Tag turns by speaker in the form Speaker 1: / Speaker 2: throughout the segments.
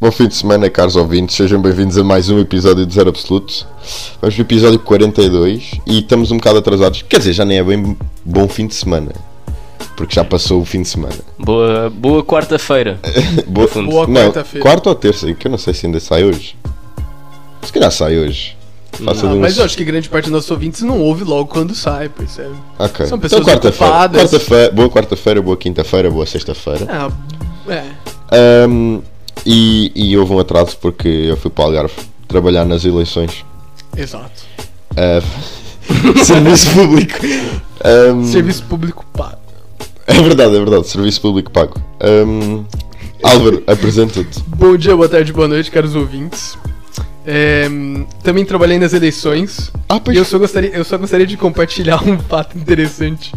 Speaker 1: Bom fim de semana, caros ouvintes. Sejam bem-vindos a mais um episódio do Zero Absoluto. Vamos para o episódio 42 e estamos um bocado atrasados. Quer dizer, já nem é bem bom fim de semana. Porque já passou o fim de semana.
Speaker 2: Boa, boa quarta-feira.
Speaker 1: É, Boa,
Speaker 2: fundo.
Speaker 3: Boa
Speaker 1: não,
Speaker 3: quarta-feira.
Speaker 1: quarta ou terça, que eu não sei se ainda sai hoje. Se calhar sai hoje. Faça
Speaker 3: Ah,
Speaker 1: de
Speaker 3: mas
Speaker 1: uns-
Speaker 3: eu acho que grande parte dos nossos ouvintes não ouve logo quando sai, percebe?
Speaker 1: Ok.
Speaker 3: são pessoas
Speaker 1: então, quarta-feira.
Speaker 3: ocupadas.
Speaker 1: Quarta-feira- boa quarta-feira, boa quinta-feira, boa sexta-feira.
Speaker 3: Ah, é.
Speaker 1: Ahm, e, e houve um atraso porque eu fui para o Algarve trabalhar nas eleições.
Speaker 3: Exato.
Speaker 1: Ah, serviço público. Ahm,
Speaker 3: Serviço público pago.
Speaker 1: É verdade, é verdade. Serviço público pago. Ahm, Álvaro, apresenta-te.
Speaker 3: Bom dia, boa tarde, boa noite, caros ouvintes. É, hum, também trabalhei nas eleições.
Speaker 1: Ah, pois-
Speaker 3: E eu só, gostaria, eu só gostaria de compartilhar um fato interessante.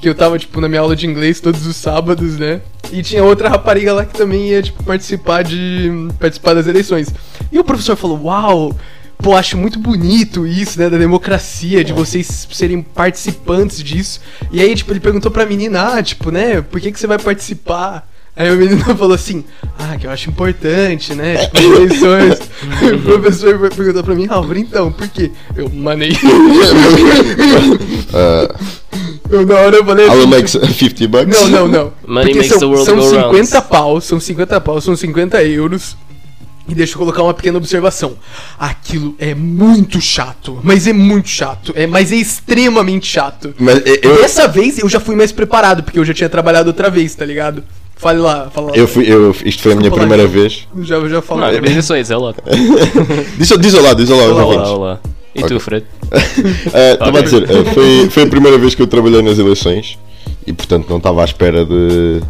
Speaker 3: Que eu tava, tipo, na minha aula de inglês todos os sábados, né? E tinha outra rapariga lá que também ia, tipo, participar de. participar das eleições. E o professor falou, uau! Pô, acho muito bonito isso, né? Da democracia, de vocês serem participantes disso. E aí, tipo, ele perguntou pra menina, ah, tipo, né, por que, que você vai participar? Aí a menina falou assim, ah, que eu acho importante, né? Tipo, as eleições. o professor per- perguntou pra mim, Álvaro, então, por quê? Eu manei.
Speaker 1: Uh,
Speaker 3: eu na hora eu falei
Speaker 1: Alan
Speaker 3: assim,
Speaker 1: makes 50 bucks.
Speaker 3: Não, não, não.
Speaker 2: Money
Speaker 3: Porque
Speaker 2: makes
Speaker 3: são,
Speaker 2: the world
Speaker 3: são
Speaker 2: go
Speaker 3: 50
Speaker 2: round.
Speaker 3: pau, são 50 pau, são 50 euros. E deixa eu colocar uma pequena observação. Aquilo é muito chato, mas é muito chato, é, mas é extremamente chato.
Speaker 1: Mas eu- eu,
Speaker 3: Dessa vez eu já fui mais preparado, porque eu já tinha trabalhado outra vez, tá ligado? Fale lá, fala lá.
Speaker 1: eu fui, eu, isto foi a minha
Speaker 3: Desculpa lá,
Speaker 1: primeira
Speaker 3: João.
Speaker 1: vez.
Speaker 3: Já, eu já falo.
Speaker 2: Não, organizações, é lá.
Speaker 1: Diz, diz olá, diz olá aos
Speaker 2: Olá,
Speaker 1: ouvintes.
Speaker 2: olá, Tá olá. E
Speaker 1: Ok.
Speaker 2: tu, Fred?
Speaker 1: Estava a dizer, eh, foi, foi a primeira vez que eu trabalhei nas eleições e portanto não estava à espera de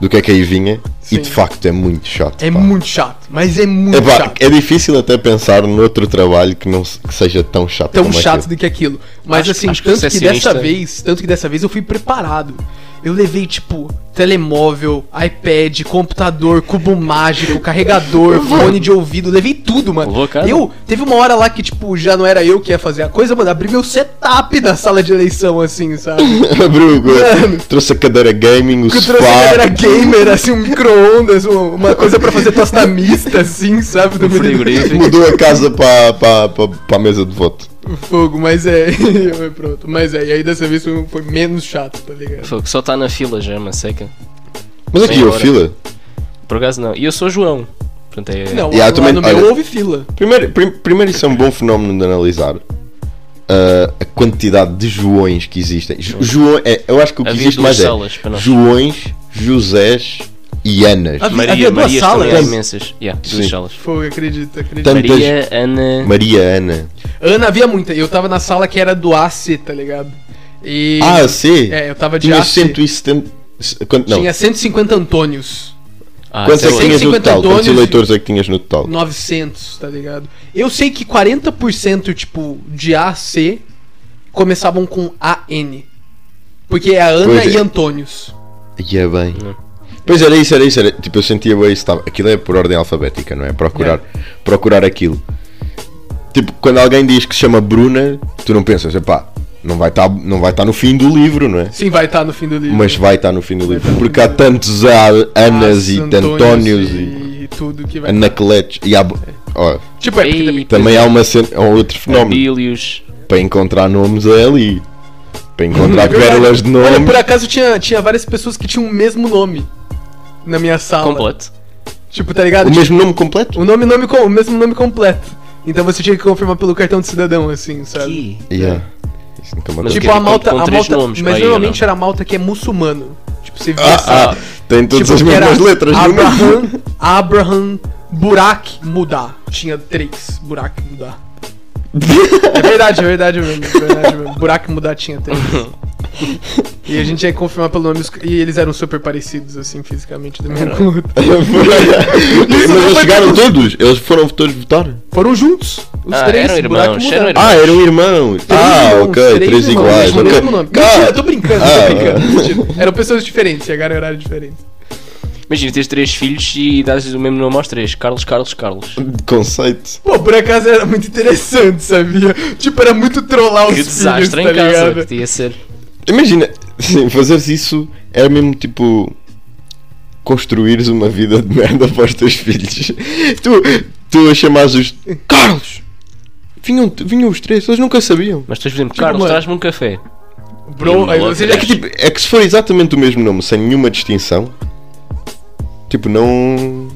Speaker 1: do que é que aí vinha e
Speaker 3: Sim.
Speaker 1: de facto é muito chato.
Speaker 3: É
Speaker 1: pá.
Speaker 3: muito chato, mas é muito
Speaker 1: Epá,
Speaker 3: chato.
Speaker 1: é difícil até pensar noutro trabalho que não se- que seja tão chato
Speaker 3: Tão
Speaker 1: como
Speaker 3: chato
Speaker 1: aquele.
Speaker 3: do que aquilo. Mas
Speaker 2: é Acho-
Speaker 3: assim,
Speaker 2: acho que é o
Speaker 3: tanto que
Speaker 2: recepcionista-
Speaker 3: dessa vez, tanto que dessa vez eu fui preparado. Eu levei, tipo, telemóvel, iPad, computador, cubo mágico, carregador, fone de ouvido, levei tudo, mano.
Speaker 2: Loucado.
Speaker 3: Eu, teve uma hora lá que, tipo, já não era eu que ia fazer a coisa, mano, abri meu setup da sala de eleição, assim, sabe?
Speaker 1: Abriu,
Speaker 3: Mano.
Speaker 1: trouxe a cadeira gaming, o
Speaker 3: Que eu
Speaker 1: sofá.
Speaker 3: trouxe era gamer, assim, um micro-ondas, um- uma coisa pra fazer tosta mista, assim, sabe?
Speaker 2: Um
Speaker 3: meio do-
Speaker 2: frigorífico.
Speaker 1: Mudou a casa para pa, pa, a mesa de voto.
Speaker 3: Fogo, mas é. eu- Pronto, mas é. E aí dessa vez foi foi menos chato, tá ligado?
Speaker 2: Fogo, só está na fila já, uma seca.
Speaker 1: Mas aqui
Speaker 2: Meia
Speaker 1: houve
Speaker 2: hora.
Speaker 1: fila.
Speaker 2: Por acaso não. E eu sou João. Portanto, é...
Speaker 3: Não,
Speaker 1: E há
Speaker 3: lá
Speaker 1: também-
Speaker 3: no meu
Speaker 1: olha-
Speaker 3: houve fila.
Speaker 1: Primeiro, prim- primeiro isso é um bom fenómeno de analisar. Ah, a quantidade de Joões que existem. Jo- João, é, eu acho que o que
Speaker 2: Havia
Speaker 1: existe
Speaker 2: duas
Speaker 1: mais
Speaker 2: salas
Speaker 1: é
Speaker 2: para nós.
Speaker 1: Joões, Josés e Anas.
Speaker 3: Havia-
Speaker 2: Maria,
Speaker 3: havia duas
Speaker 2: Maria
Speaker 3: salas.
Speaker 2: também há imensas. Yeah,
Speaker 1: Sim.
Speaker 2: duas salas.
Speaker 3: Fogo, acredito, acredito.
Speaker 1: Tanto-
Speaker 2: Maria, Ana...
Speaker 1: Maria Ana.
Speaker 3: Ana havia muita. Eu tava na sala que era do AC, tá ligado? E.
Speaker 1: Ah, sim.
Speaker 3: É, eu tava de
Speaker 1: Tinha
Speaker 3: AC.
Speaker 1: 170. se- Quanto, não.
Speaker 3: Tinha 150 Antônios.
Speaker 2: Ah,
Speaker 1: Quantos é
Speaker 2: até
Speaker 1: que tinhas
Speaker 2: hoje.
Speaker 1: no
Speaker 3: 150
Speaker 1: total? Quantos
Speaker 3: donos e-
Speaker 1: eleitores é que tinhas no total?
Speaker 3: 900, tá ligado? Eu sei que 40%, tipo, de AC começavam com AN. Porque é a Ana
Speaker 1: Pois é.
Speaker 3: e Antônios.
Speaker 1: Ia bem.
Speaker 2: Não.
Speaker 1: Pois era isso, era isso. Era, tipo, eu sentia bem isso. Tava, aquilo é por ordem alfabética, não é? Procurar, procurar aquilo. Tipo, quando alguém diz que se chama Bruna, tu não pensas, epá, não vai estar não vai tá no fim do livro, não é?
Speaker 3: Sim, vai estar no fim do livro.
Speaker 1: Mas vai estar no fim do
Speaker 3: Vai
Speaker 1: livro.
Speaker 3: tá no
Speaker 1: porque
Speaker 3: fim
Speaker 1: há
Speaker 3: do
Speaker 1: tantos A- Anas e Antónios e,
Speaker 3: e, tudo que vai. tá.
Speaker 1: Anacletes. E há, ó,
Speaker 3: Tipo, é porque também-
Speaker 2: Ei,
Speaker 1: também há uma cena, há um outro fenómeno.
Speaker 2: Abílios.
Speaker 1: Para encontrar nomes é ali. Para encontrar
Speaker 3: É verdade.
Speaker 1: pérolas de
Speaker 3: Olha,
Speaker 1: nome.
Speaker 3: por acaso tinha, tinha várias pessoas que tinham o mesmo nome na minha sala.
Speaker 2: Completo.
Speaker 3: Tipo, tá ligado? Tipo,
Speaker 1: O mesmo nome completo?
Speaker 3: O nome, nome com o mesmo nome completo. Então você tinha que confirmar pelo cartão de cidadão, assim, sabe?
Speaker 2: Que...
Speaker 1: Yeah. Isso nunca me
Speaker 2: Mas
Speaker 1: aconteceu.
Speaker 3: Tipo, a
Speaker 2: Com-
Speaker 3: malta.
Speaker 2: com
Speaker 3: A
Speaker 2: três
Speaker 3: malta
Speaker 2: nomes, né?
Speaker 3: mas
Speaker 2: aí,
Speaker 3: normalmente
Speaker 2: não.
Speaker 3: era a malta que é muçulmano. Tipo, você via tipo,
Speaker 1: Ah, ah, tem todas as
Speaker 3: que
Speaker 1: mesmas letras né? é? no nome.
Speaker 3: Abraham, Abraham, Burak, Mudar. Tinha três. Burak, Mudar. É verdade, é verdade mesmo. É verdade mesmo. Buraco mudar tinha três. E a gente ia confirmar pelo nome os- e eles eram super parecidos, assim, fisicamente, do mesmo outro.
Speaker 1: Mas
Speaker 3: não
Speaker 1: eles
Speaker 3: foi É.
Speaker 1: chegaram todos, eles foram todos votar.
Speaker 3: Foram juntos, os
Speaker 2: Ah,
Speaker 3: três.
Speaker 2: eram
Speaker 3: Buraco
Speaker 2: irmãos,
Speaker 3: Mudar.
Speaker 2: eram irmãos.
Speaker 1: Ah, eram irmãos. Ah,
Speaker 3: irmãos,
Speaker 1: ok, três,
Speaker 3: irmãos,
Speaker 1: iguais.
Speaker 3: mesmo
Speaker 1: ok.
Speaker 3: mesmo nome.
Speaker 1: Cara,
Speaker 3: Mentira, eu tô brincando, eu
Speaker 1: Ah.
Speaker 3: tô brincando. mentira. Eram pessoas diferentes, chegaram em horário diferente.
Speaker 2: Imagina, tens três filhos e dás o mesmo nome aos três. Carlos, Carlos, Carlos.
Speaker 1: de conceito.
Speaker 3: Pô, por acaso era muito interessante, sabia? Tipo, era muito trollar os
Speaker 2: Que
Speaker 3: filhos,
Speaker 2: desastre
Speaker 3: tá
Speaker 2: em casa.
Speaker 3: ligado?
Speaker 2: Que ia ser.
Speaker 1: Imagina, sim, fazeres isso era mesmo tipo. é construíres uma vida de merda para os teus filhos. Tu, tu a chamares os Carlos! Vinham, vinham os três, eles nunca sabiam.
Speaker 2: Mas tu dizendo,
Speaker 3: Tipo,
Speaker 2: Carlos,
Speaker 3: mano.
Speaker 2: traz-me um café. um
Speaker 3: Bro, aí você já.
Speaker 1: É que, tipo, é que se for exatamente o mesmo nome, sem nenhuma distinção, tipo, não.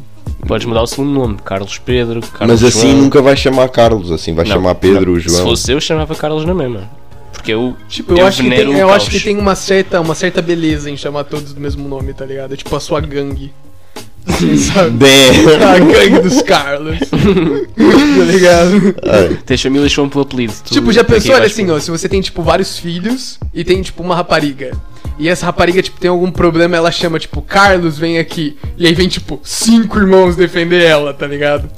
Speaker 2: Podes mudar o segundo nome, Carlos Pedro, Carlos
Speaker 1: Mas assim
Speaker 2: João.
Speaker 1: nunca vais chamar Carlos, assim vais
Speaker 2: Não,
Speaker 1: chamar Pedro,
Speaker 2: não. Se
Speaker 1: João.
Speaker 2: fosse eu, chamava Carlos na mesma. Porque eu,
Speaker 3: Tipo, eu, acho que
Speaker 2: um venero
Speaker 3: tem,
Speaker 2: o
Speaker 3: eu acho que
Speaker 2: caos.
Speaker 3: tem uma certa, uma certa beleza em chamar todos do mesmo nome, tá ligado? É tipo a sua gangue. Assim, sabe? A
Speaker 1: Damn.
Speaker 3: gangue dos Carlos. tá ligado?
Speaker 1: Ai,
Speaker 2: Tens família chama pelo apelido. tu-
Speaker 3: Tipo, já
Speaker 2: daqui
Speaker 3: pensou, olha
Speaker 2: vais
Speaker 3: assim,
Speaker 2: pro-
Speaker 3: ó, se você tem, tipo, vários filhos e tem, tipo, uma rapariga. E essa rapariga, tipo, tem algum problema, ela chama, tipo, Carlos, vem aqui. E aí vem, tipo, cinco irmãos defender ela, tá ligado?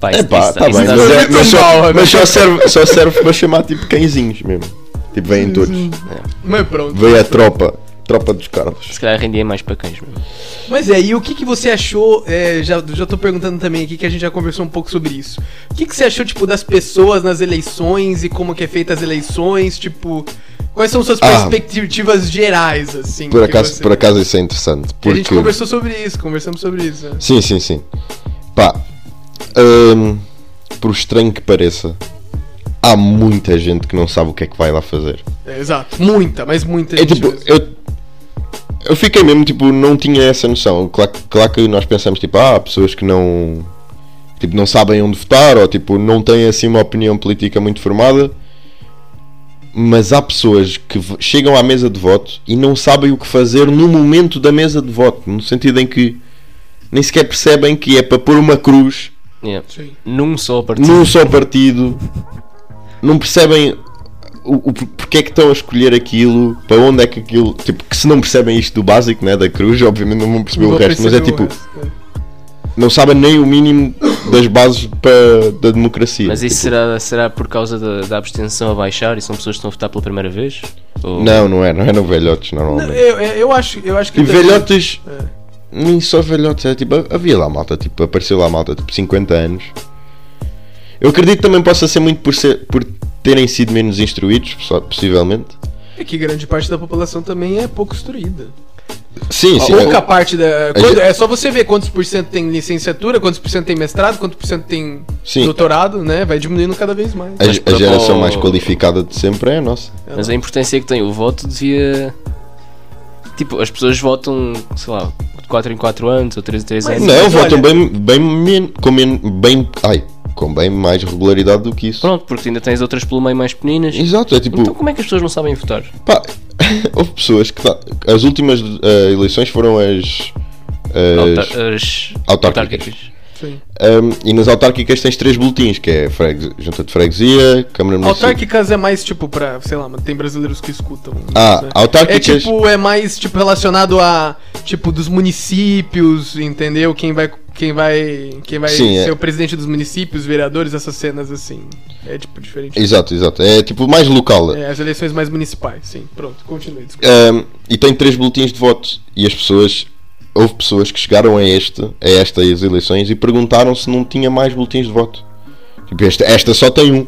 Speaker 2: Pá, isso-
Speaker 1: Epá,
Speaker 2: isso-
Speaker 1: tá
Speaker 2: isso
Speaker 1: bem,
Speaker 2: dá-
Speaker 1: mas, é-
Speaker 3: muito
Speaker 1: mas
Speaker 3: mal,
Speaker 1: só,
Speaker 3: né?
Speaker 1: mas só serve, só serve para chamar tipo cãezinhos mesmo. Tipo, vêm todos.
Speaker 3: Mas pronto.
Speaker 1: Veio a tropa, tropa dos Carlos.
Speaker 2: Se calhar rendia mais para cães mesmo.
Speaker 3: Mas é, e o que, que você achou? é, já, já tô perguntando também aqui, que a gente já conversou um pouco sobre isso. O que, que você achou, tipo, das pessoas nas eleições e como que é feita as eleições? Tipo, quais são suas
Speaker 1: Ah.
Speaker 3: perspectivas gerais, assim?
Speaker 1: Por
Speaker 3: que
Speaker 1: acaso,
Speaker 3: você-
Speaker 1: por acaso isso é interessante.
Speaker 3: A gente
Speaker 1: Porque...
Speaker 3: conversou sobre isso, conversamos sobre isso. né?
Speaker 1: Sim, sim, sim. Pá, hum, por estranho que pareça, há muita gente que não sabe o que é que vai lá fazer.
Speaker 3: É, exato. Muita, mas muita
Speaker 1: É tipo,
Speaker 3: mesmo.
Speaker 1: eu, eu fiquei mesmo, tipo, não tinha essa noção. Claro, que- claro que nós pensamos, tipo, ah, há pessoas que não, tipo, não sabem onde votar ou, tipo, não têm assim uma opinião política muito formada. Mas há pessoas que v- chegam à mesa de voto e não sabem o que fazer no momento da mesa de voto, no sentido em que nem sequer percebem que é para pôr uma cruz
Speaker 2: Yeah.
Speaker 3: Sim.
Speaker 2: Num só partido.
Speaker 1: num só partido, não percebem o, o por- porque é que estão a escolher aquilo, para onde é que aquilo. Tipo, que se não percebem isto do básico, né? Da cruz, obviamente não vão perceber
Speaker 3: Vou
Speaker 1: o resto, mas é
Speaker 3: perceber
Speaker 1: tipo,
Speaker 3: o resto, é.
Speaker 1: não sabem nem o mínimo das bases para, da democracia.
Speaker 2: Mas isso é
Speaker 1: tipo,
Speaker 2: será, será por causa da, da abstenção a baixar e são pessoas que estão a votar pela primeira vez? Ou-
Speaker 1: Não, não é, não é no velhotes
Speaker 3: Não,
Speaker 1: normalmente.
Speaker 3: eu, eu- eu acho, eu acho que.
Speaker 1: E velhotes,
Speaker 3: É.
Speaker 1: nem só velhotes, é tipo, havia lá malta, tipo, apareceu lá malta, tipo, 50 anos. Eu acredito que também possa ser muito por, ser, por terem sido menos instruídos, só- possivelmente.
Speaker 3: É que grande parte da população também é pouco instruída.
Speaker 1: Sim, sim.
Speaker 3: Pouca parte da. quando-
Speaker 1: gente-
Speaker 3: É só você ver quantos por cento tem licenciatura, quantos por cento tem mestrado, quantos por cento tem
Speaker 1: Sim.
Speaker 3: doutorado, né? Vai diminuindo cada vez mais.
Speaker 1: A,
Speaker 2: Mas
Speaker 1: a
Speaker 2: para-
Speaker 1: geração
Speaker 2: para o-
Speaker 1: mais qualificada de sempre é a nossa.
Speaker 2: Mas a importância é que tem o voto devia. Tipo, as pessoas votam, sei lá, de 4 em 4 anos ou 3 em 3
Speaker 3: Mas-
Speaker 2: anos.
Speaker 1: Não, votam
Speaker 3: olha-
Speaker 1: bem, bem, men- com men- bem, ai, com bem mais regularidade do que isso.
Speaker 2: Pronto, porque tu ainda tens outras pelo meio mais pequeninas.
Speaker 1: Exato, é tipo,
Speaker 2: Então como é que as pessoas não sabem votar?
Speaker 1: pá, houve pessoas que, tá- as últimas eh, eleições foram as, as
Speaker 2: Autar- as
Speaker 1: autárquicas.
Speaker 3: Sim.
Speaker 1: ehm, e nas autárquicas tens três boletins, que é fregues- junta de freguesia, câmara municipal.
Speaker 3: Autárquicas é mais tipo pra. Sei lá, mas tem brasileiros que escutam.
Speaker 1: Ah,
Speaker 3: né? É
Speaker 1: autárquicas.
Speaker 3: tipo, é mais tipo relacionado a tipo dos municípios, entendeu? Quem vai quem vai quem vai
Speaker 1: Sim, é.
Speaker 3: ser o presidente dos municípios, vereadores, essas cenas assim. É tipo diferente.
Speaker 1: Exato, exato. É tipo mais local.
Speaker 3: É, as eleições mais municipais, sim. Pronto, continue. desculpa.
Speaker 1: Um, e tem três boletins de voto e as pessoas houve pessoas que chegaram a este a esta e as eleições e perguntaram se não tinha mais boletins de voto tipo esta, esta só tem um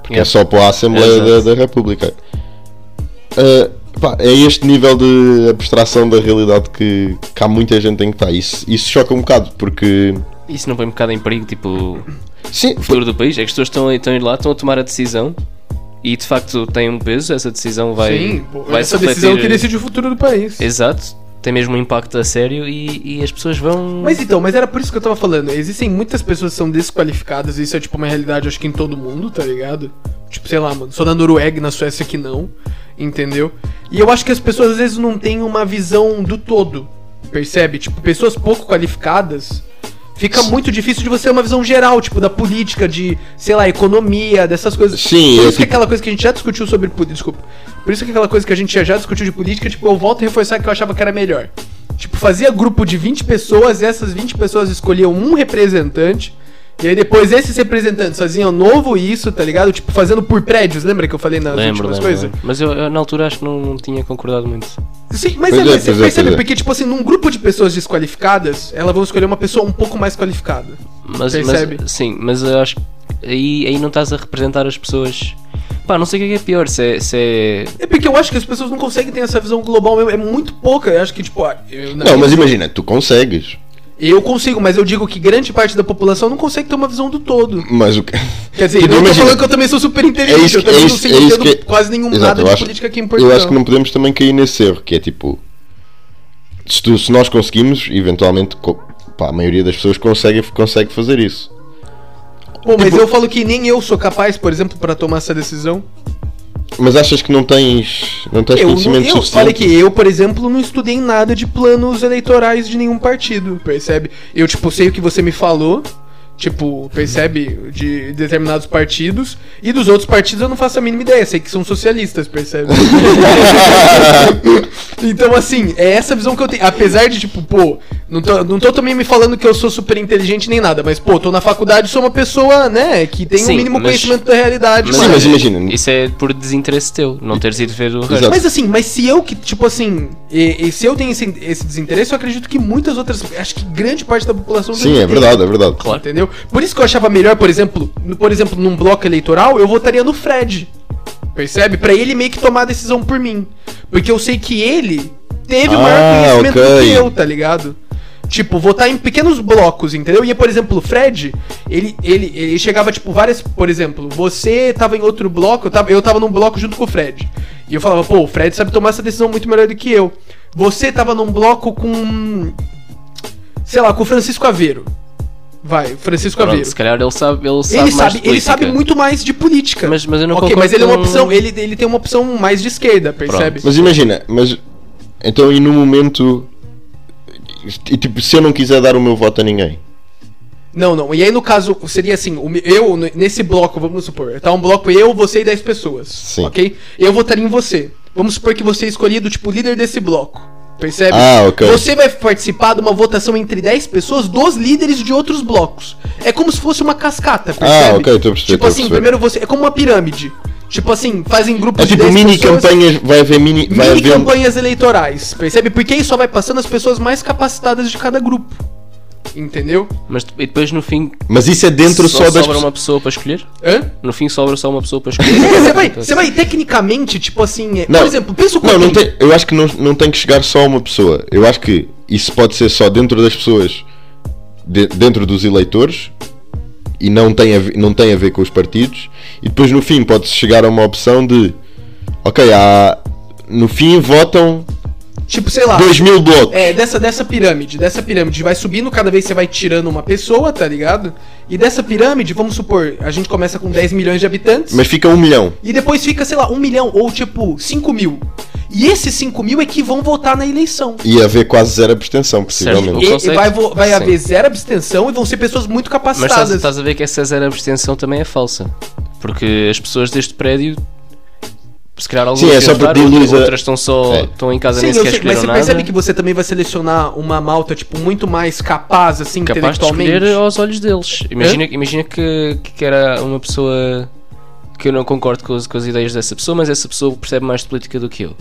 Speaker 1: porque é
Speaker 2: Yeah.
Speaker 1: só para a Assembleia da,
Speaker 2: Exato.
Speaker 1: da República Uh, pá, é este nível de abstração da realidade que, que há muita gente em que está isso, isso choca um bocado porque
Speaker 2: Isso não põe um bocado em perigo, tipo,
Speaker 1: sim,
Speaker 2: o futuro do país? É que as pessoas estão, estão a ir lá, estão a tomar a decisão e de facto tem um peso, essa decisão
Speaker 1: É,
Speaker 2: vai.
Speaker 3: sim, pô,
Speaker 2: vai
Speaker 3: essa
Speaker 2: se
Speaker 3: decisão que
Speaker 2: refletir-
Speaker 3: decide o futuro do país.
Speaker 2: Exato, tem mesmo um impacto a sério e, e as pessoas vão.
Speaker 3: Mas então, mas era por isso que eu tava falando. Existem muitas pessoas que são desqualificadas, e isso é tipo uma realidade, acho que em todo mundo, tá ligado? Tipo, sei lá, mano, só na Noruega e na Suécia que não, entendeu? E eu acho que as pessoas às vezes não têm uma visão do todo, percebe? Tipo, pessoas pouco qualificadas. Fica muito difícil de você ter uma visão geral, tipo, da política, de, sei lá, economia, dessas coisas.
Speaker 1: Sim,
Speaker 3: Por
Speaker 1: eu
Speaker 3: isso que
Speaker 1: fico-
Speaker 3: aquela coisa que a gente já discutiu sobre política. Desculpa. Por isso que aquela coisa que a gente já, já discutiu de política, tipo, eu volto a reforçar que eu achava que era melhor. Tipo, fazia grupo de 20 pessoas, essas 20 pessoas escolhiam um representante. E aí depois esses representantes faziam novo isso, tá ligado? Tipo, fazendo por prédios, lembra que eu falei nas
Speaker 2: lembro,
Speaker 3: últimas
Speaker 2: lembro,
Speaker 3: coisas?
Speaker 2: lembro. Mas eu, eu, na altura acho que não, não tinha concordado muito.
Speaker 3: Sim, mas
Speaker 1: Pois
Speaker 3: é,
Speaker 1: é, pois
Speaker 3: mas você
Speaker 1: é,
Speaker 3: percebe,
Speaker 1: pois é.
Speaker 3: porque, tipo assim, num grupo de pessoas desqualificadas, elas vão escolher uma pessoa um pouco mais qualificada.
Speaker 2: Mas,
Speaker 3: Percebe?
Speaker 2: mas sim, mas eu acho que aí, aí não estás a representar as pessoas. Pá, não sei o que é que é pior, se é. Se é...
Speaker 3: É porque eu acho que as pessoas não conseguem ter essa visão global mesmo. É muito pouca. Eu acho que, tipo, ah, eu,
Speaker 1: Não,
Speaker 3: na minha
Speaker 1: mas
Speaker 3: visão-
Speaker 1: imagina, tu consegues.
Speaker 3: Eu consigo, mas eu digo que grande parte da população não consegue ter uma visão do todo.
Speaker 1: Mas o que.
Speaker 3: Quer dizer,
Speaker 1: Tu
Speaker 3: eu não tô
Speaker 1: imagina-
Speaker 3: falando que eu também sou super inteligente,
Speaker 1: É isso
Speaker 3: eu
Speaker 1: que-
Speaker 3: também
Speaker 1: é
Speaker 3: não
Speaker 1: isso-
Speaker 3: sei
Speaker 1: é isso
Speaker 3: entendo
Speaker 1: que-
Speaker 3: quase nenhum
Speaker 1: Exato,
Speaker 3: nada
Speaker 1: eu
Speaker 3: de
Speaker 1: acho-
Speaker 3: política aqui em
Speaker 1: Eu
Speaker 3: Portugal.
Speaker 1: acho que não podemos também cair nesse erro, que é tipo. Se, tu- se nós conseguimos, eventualmente, co- pá, a maioria das pessoas consegue, consegue fazer isso.
Speaker 3: Pô, mas
Speaker 1: tipo-
Speaker 3: eu falo que nem eu sou capaz, por exemplo, pra tomar essa decisão.
Speaker 1: Mas achas que não tens, não tens
Speaker 3: Eu, não,
Speaker 1: conhecimento
Speaker 3: eu
Speaker 1: suficiente?
Speaker 3: falei que eu, por exemplo, não estudei nada de planos eleitorais de nenhum partido, percebe? Eu, tipo, sei o que você me falou, tipo, percebe? De determinados partidos. E dos outros partidos eu não faço a mínima ideia, sei que são socialistas, percebe? Então, assim, é essa visão que eu tenho. Apesar de, tipo, pô, não tô, não tô também me falando que eu sou super inteligente nem nada, mas, pô, tô na faculdade sou uma pessoa, né, que tem o
Speaker 2: Sim,
Speaker 3: mínimo
Speaker 2: mas-
Speaker 3: conhecimento da realidade.
Speaker 1: Sim, mas imagina.
Speaker 2: Isso é por desinteresse teu, não teres ido ver o
Speaker 1: Exato.
Speaker 2: resto.
Speaker 3: Mas assim, mas se eu que, tipo assim, e, e se eu tenho esse, esse desinteresse, eu acredito que muitas outras. Acho que grande parte da população
Speaker 1: Sim,
Speaker 3: deve
Speaker 1: é
Speaker 3: ter.
Speaker 1: verdade, é verdade.
Speaker 2: Claro.
Speaker 3: Entendeu? Por isso que eu achava melhor, por exemplo, no- por exemplo, num bloco eleitoral, eu votaria no Fred. Percebe? Pra ele meio que tomar a decisão por mim. Porque eu sei que ele teve o
Speaker 1: Ah,
Speaker 3: maior conhecimento do
Speaker 1: ok.
Speaker 3: que eu, tá ligado? Tipo, votar em pequenos blocos, entendeu? E, por exemplo, o Fred, ele, ele, ele chegava, tipo, várias. Por exemplo, você tava em outro bloco, eu tava, eu tava num bloco junto com o Fred. E eu falava, pô, o Fred sabe tomar essa decisão muito melhor do que eu. Você tava num bloco com. Sei lá, com o Francisco Aveiro. Vai, Francisco
Speaker 2: Pronto,
Speaker 3: Aveiro.
Speaker 2: se calhar ele sabe, ele sabe
Speaker 3: Ele
Speaker 2: mais
Speaker 3: sabe,
Speaker 2: de
Speaker 3: ele sabe
Speaker 2: política.
Speaker 3: muito mais de política.
Speaker 2: Mas- mas eu não
Speaker 3: Ok,
Speaker 2: concordo
Speaker 3: mas ele é uma
Speaker 2: com-
Speaker 3: opção, ele, ele tem uma opção mais de esquerda, percebe?
Speaker 1: Mas imagina, mas. Então e no momento. E tipo, se eu não quiser dar o meu voto a ninguém?
Speaker 3: Não, não. E aí, no caso, seria assim: o me- eu, n- nesse bloco, vamos supor, tá um bloco eu, você e 10 pessoas.
Speaker 1: Sim.
Speaker 3: Ok? Eu votaria em você. Vamos supor que você é escolhido, tipo, líder desse bloco. Percebe?
Speaker 1: Ah, ok.
Speaker 3: Você vai participar de uma votação entre 10 pessoas dos líderes de outros blocos. É como se fosse uma cascata, percebe?
Speaker 1: Ah, ok, tô percebendo,
Speaker 3: Tipo
Speaker 1: tô
Speaker 3: assim,
Speaker 1: percebendo.
Speaker 3: primeiro você. É como uma pirâmide. Tipo assim, fazem grupos
Speaker 1: É tipo
Speaker 3: de 10
Speaker 1: mini
Speaker 3: pessoas.
Speaker 1: campanhas, vai haver mini. Vai
Speaker 3: Mini
Speaker 1: haver. um
Speaker 3: campanhas eleitorais, percebe? Porque aí só vai passando as pessoas mais capacitadas de cada grupo. Entendeu?
Speaker 2: Mas e depois no fim
Speaker 1: Mas isso é dentro só,
Speaker 2: só
Speaker 1: das.
Speaker 2: sobra uma pessoa para escolher?
Speaker 3: Hã?
Speaker 2: No fim sobra só uma pessoa para
Speaker 3: É, Você
Speaker 2: escolher.
Speaker 3: vai, você vai tecnicamente, tipo assim, é-
Speaker 1: Não.
Speaker 3: por exemplo, pensa o é
Speaker 1: Não, não
Speaker 3: Coutinho.
Speaker 1: tem, eu acho que não, não tem que chegar só a uma pessoa. Eu acho que isso pode ser só dentro das pessoas, de- dentro dos eleitores, e não tem, a ver, não tem a ver com os partidos. E depois no fim pode-se chegar a uma opção de. Ok, há, no fim votam
Speaker 3: Tipo, sei lá.
Speaker 1: 2 mil blocos.
Speaker 3: É, dessa, dessa pirâmide, dessa pirâmide vai subindo, cada vez você vai tirando uma pessoa, tá ligado? E dessa pirâmide, vamos supor, a gente começa com 10 milhões de habitantes
Speaker 1: Mas fica um milhão.
Speaker 3: e depois fica, sei lá, 1 milhão ou tipo 5 mil. E esses 5 mil é que vão votar na eleição.
Speaker 1: E haver quase zero abstenção,
Speaker 2: O
Speaker 1: possivelmente.
Speaker 3: E, e
Speaker 2: conceito-
Speaker 3: vai, vo- vai
Speaker 2: sim.
Speaker 3: haver zero abstenção e vão ser pessoas muito
Speaker 2: Mas estás,
Speaker 3: capacitadas.
Speaker 2: estás a ver que essa zero abstenção também é falsa. Porque as pessoas deste prédio, se calhar algumas
Speaker 1: Sim, é
Speaker 2: iam
Speaker 1: só
Speaker 2: votar,
Speaker 1: porque diluís a-
Speaker 2: outras estão só
Speaker 1: É.
Speaker 2: estão em casa
Speaker 3: Sim,
Speaker 2: nem
Speaker 3: eu
Speaker 2: sequer
Speaker 3: sei, mas
Speaker 2: escolheram
Speaker 3: você
Speaker 2: nada.
Speaker 3: percebe que você também vai selecionar uma malta, tipo, muito mais capaz, assim,
Speaker 2: capaz de
Speaker 3: intelectualmente. É?
Speaker 2: escolher aos olhos deles. Imagina, imagina que, que era uma pessoa que eu não concordo com as, com as ideias dessa pessoa, mas essa pessoa percebe mais de política do que eu.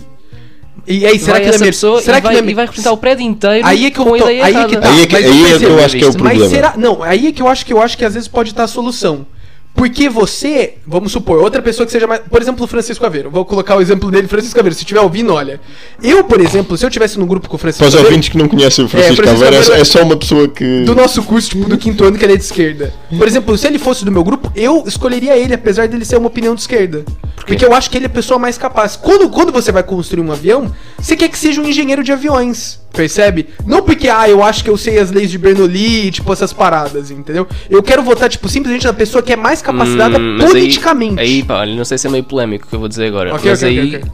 Speaker 3: E aí, será
Speaker 2: vai
Speaker 3: que não é
Speaker 2: essa
Speaker 3: mesmo?
Speaker 2: pessoa
Speaker 3: será
Speaker 2: e,
Speaker 3: que
Speaker 2: vai,
Speaker 3: não é
Speaker 2: e vai representar o prédio inteiro
Speaker 3: Aí é que eu
Speaker 2: com a
Speaker 3: tô-
Speaker 2: ideia
Speaker 3: aí é
Speaker 2: errada.
Speaker 3: que tá.
Speaker 1: Aí é que,
Speaker 3: mas
Speaker 1: aí é que eu
Speaker 3: percebe,
Speaker 1: acho que é o
Speaker 2: mas
Speaker 1: problema.
Speaker 3: Mas será. Não, aí é que eu acho que eu acho que às vezes pode estar a solução. Porque você, vamos supor, outra pessoa que seja mais. Por exemplo, o Francisco Aveiro. Vou colocar o exemplo dele, Francisco Aveiro. Se estiver ouvindo, olha. Eu, por exemplo, se eu tivesse num grupo com o Francisco
Speaker 1: Para os ouvintes que não conhecem o Francisco
Speaker 3: Francisco
Speaker 1: Aveiro, é, só-
Speaker 3: Aveiro-
Speaker 1: é só uma pessoa que.
Speaker 3: do nosso curso, tipo, do quinto ano, que ele é de esquerda. Por exemplo, se ele fosse do meu grupo, eu escolheria ele, apesar dele ser uma opinião de esquerda. Porque eu acho que ele é a pessoa mais capaz. Quando, quando você vai construir um avião, você quer que seja um engenheiro de aviões, percebe? Não porque, ah, eu acho que eu sei as leis de Bernoulli, tipo, essas paradas, entendeu? Eu quero votar, tipo, simplesmente na pessoa que é mais capacitada
Speaker 2: Hum, mas aí-
Speaker 3: politicamente.
Speaker 2: Aí, pá, olha, não sei se é meio polémico o que eu vou dizer agora.
Speaker 3: Ok,
Speaker 2: mas
Speaker 3: ok,
Speaker 2: aí,
Speaker 3: ok, ok.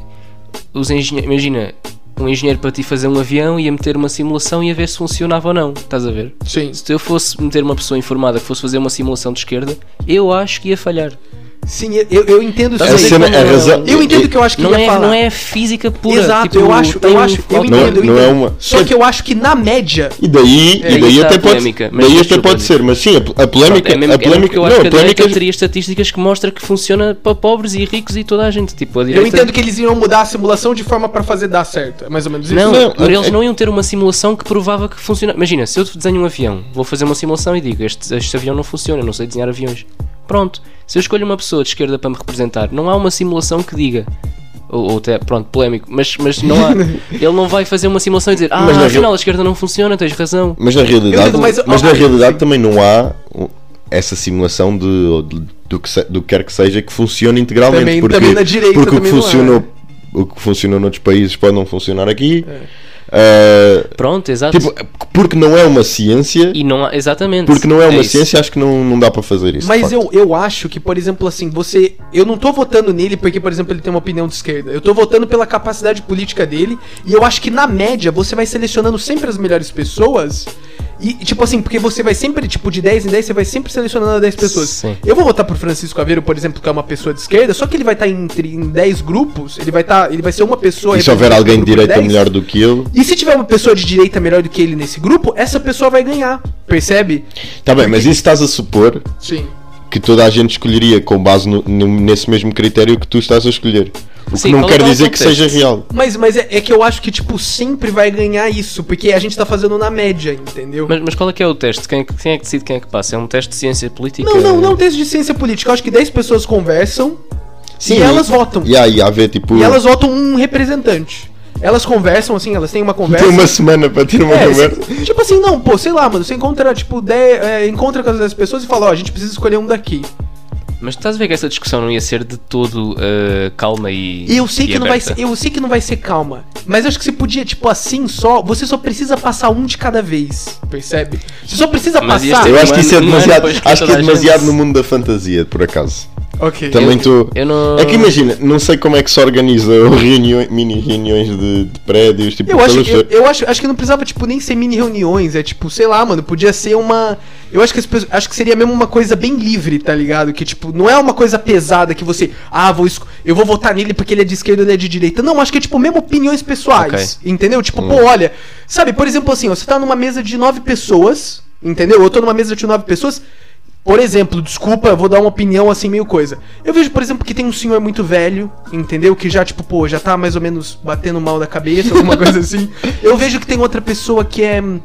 Speaker 2: os engenheiros. Imagina, um engenheiro para ti fazer um avião ia meter uma simulação e ia ver se funcionava ou não. Estás a ver?
Speaker 3: Sim.
Speaker 2: Se eu fosse meter uma pessoa informada que fosse fazer uma simulação de esquerda, eu acho que ia falhar.
Speaker 3: Sim, eu, eu entendo
Speaker 2: Tá
Speaker 1: Então, é a
Speaker 3: aí.
Speaker 1: cena, a razão.
Speaker 3: Eu entendo que eu acho que
Speaker 2: Não
Speaker 3: ele ia
Speaker 2: é,
Speaker 3: falar.
Speaker 2: não é física pura.
Speaker 3: Exato,
Speaker 2: tipo,
Speaker 3: eu acho,
Speaker 2: tem
Speaker 3: eu acho, eu
Speaker 2: qualquer-
Speaker 3: entendo, eu
Speaker 1: não é
Speaker 3: entendo.
Speaker 1: uma-
Speaker 3: Só que eu acho que na média,
Speaker 1: E daí,
Speaker 2: É,
Speaker 1: e daí
Speaker 2: aí tá
Speaker 1: até
Speaker 2: a
Speaker 1: pode,
Speaker 2: polémica, mas
Speaker 1: daí
Speaker 2: deixa
Speaker 1: até
Speaker 2: eu
Speaker 1: pode
Speaker 2: ver.
Speaker 1: ser, mas sim, a, a polémica,
Speaker 2: Pronto, é mesmo,
Speaker 1: a
Speaker 2: é mesmo
Speaker 1: polémica,
Speaker 2: que eu
Speaker 1: não,
Speaker 2: acho
Speaker 1: a
Speaker 2: que a direita
Speaker 1: polémica,
Speaker 2: teria estatísticas que mostra que funciona para pobres e ricos e toda a gente. Tipo, a direita...
Speaker 3: Eu
Speaker 1: é
Speaker 3: entendo que eles iam mudar a simulação de forma pra fazer dar certo. É mais ou menos isso?
Speaker 2: Não,
Speaker 1: Não,
Speaker 2: mas
Speaker 1: é-
Speaker 2: eles não iam ter uma simulação que provava que funciona. Imagina, se eu desenho um avião, vou fazer uma simulação e digo: este, este avião não funciona, eu não sei desenhar aviões. Pronto. Se eu escolho uma pessoa de esquerda para me representar, não há uma simulação que diga. Ou, ou até, pronto, polémico, mas, mas não há. ele não vai fazer uma simulação e dizer, ah,
Speaker 1: Mas na
Speaker 2: afinal
Speaker 1: real-
Speaker 2: a esquerda não funciona, tens razão.
Speaker 1: é Mas na realidade,
Speaker 3: Eu- mas-
Speaker 1: mas, na realidade também não há o- essa simulação de, de- do, que se- do que quer que seja que funcione integralmente.
Speaker 3: Também-
Speaker 1: porque
Speaker 3: também na direita
Speaker 1: porque o, que
Speaker 3: também não há.
Speaker 1: funcionou, o que funcionou noutros países pode não funcionar aqui.
Speaker 3: É.
Speaker 1: Ah,
Speaker 2: Pronto, exato.
Speaker 1: tipo, porque não é uma ciência,
Speaker 2: e não há, exatamente.
Speaker 1: porque não é uma
Speaker 2: isso.
Speaker 1: ciência, acho que não, não dá para fazer isso. de
Speaker 3: Mas
Speaker 1: facto.
Speaker 3: eu, eu acho que, por exemplo, assim, você. Eu não tô votando nele porque, por exemplo, ele tem uma opinião de esquerda. Eu tô votando pela capacidade política dele. E eu acho que, na média, você vai selecionando sempre as melhores pessoas. E, tipo assim, porque você vai sempre, tipo, de 10 em 10, você vai sempre selecionando as 10 pessoas.
Speaker 2: Sim.
Speaker 3: Eu vou votar por Francisco Aveiro, por exemplo, que é uma pessoa de esquerda, só que ele vai estar entre em 10 grupos, ele vai estar. ele vai ser uma pessoa.
Speaker 1: E se houver alguém de
Speaker 3: representando um grupo
Speaker 1: direita
Speaker 3: 10.
Speaker 1: melhor do que ele.
Speaker 3: E se tiver uma pessoa de direita melhor do que ele nesse grupo, essa pessoa vai ganhar. Percebe?
Speaker 1: Tá bem, mas isso estás a supor
Speaker 3: Sim.
Speaker 1: que toda a gente escolheria com base no- no- nesse mesmo critério que tu estás a escolher. O que
Speaker 2: Sim,
Speaker 1: não
Speaker 2: qual-
Speaker 1: quer
Speaker 2: qual o
Speaker 1: dizer que
Speaker 2: contexto?
Speaker 1: seja real.
Speaker 3: Mas, mas é, é que eu acho que, tipo, sempre vai ganhar isso, porque a gente tá fazendo na média, entendeu?
Speaker 2: Mas, mas qual é que é o teste? Quem, é que- quem é que decide quem é que passa? É um teste de ciência política?
Speaker 3: Não,
Speaker 1: é.
Speaker 3: não, não teste de ciência política. Eu acho que 10 pessoas conversam e elas votam.
Speaker 1: E aí, a ver, tipo.
Speaker 3: E elas votam um representante. Elas conversam, assim, elas têm uma conversa.
Speaker 1: Tem uma semana para ter uma
Speaker 3: É,
Speaker 1: conversa.
Speaker 3: se- tipo assim, não, pô, sei lá, mano, você encontra, tipo, 10, é, encontra com as 10 pessoas e fala, ó, a gente precisa escolher um daqui.
Speaker 2: Mas estás a ver que essa discussão não ia ser de todo ah, calma e.
Speaker 3: E eu sei
Speaker 2: e
Speaker 3: que não vai
Speaker 2: aberta?
Speaker 3: ser, eu sei que não vai ser calma, mas eu acho que você podia, tipo, assim só, você só precisa passar um de cada vez, percebe? Você só precisa
Speaker 2: Mas ia
Speaker 3: passar.
Speaker 2: ser-
Speaker 1: Eu acho que isso é
Speaker 2: Um ano
Speaker 1: demasiado.
Speaker 2: depois que
Speaker 1: Acho que é
Speaker 2: toda a
Speaker 1: demasiado
Speaker 2: gente-
Speaker 1: no mundo da fantasia, por acaso.
Speaker 3: OK.
Speaker 1: Também tu.
Speaker 2: eu não-
Speaker 1: É que imagina, não sei como é que se organiza o reuniões, mini reuniões de, de prédios, tipo,
Speaker 3: Eu acho,
Speaker 1: pelos-
Speaker 3: eu, eu acho, acho que não precisava, tipo, nem ser mini reuniões. É tipo, sei lá, mano, podia ser uma. Eu acho que as pessoas- acho que seria mesmo uma coisa bem livre, tá ligado? Que, tipo, não é uma coisa pesada que você, ah, vou esco- eu vou votar nele porque ele é de esquerda ou ele é de direita. Não, acho que é, tipo, mesmo opiniões pessoais. Entendeu? Tipo,
Speaker 2: Hum.
Speaker 3: pô, olha. Sabe, por exemplo, assim, ó, você tá numa mesa de nove pessoas, entendeu? Eu tô numa mesa de nove pessoas. Por exemplo, desculpa, eu vou dar uma opinião assim meio coisa. Eu vejo, por exemplo, que tem um senhor muito velho, entendeu? Que já, tipo, pô, já tá mais ou menos batendo mal da cabeça, alguma coisa assim. Eu vejo que tem outra pessoa que é, hum,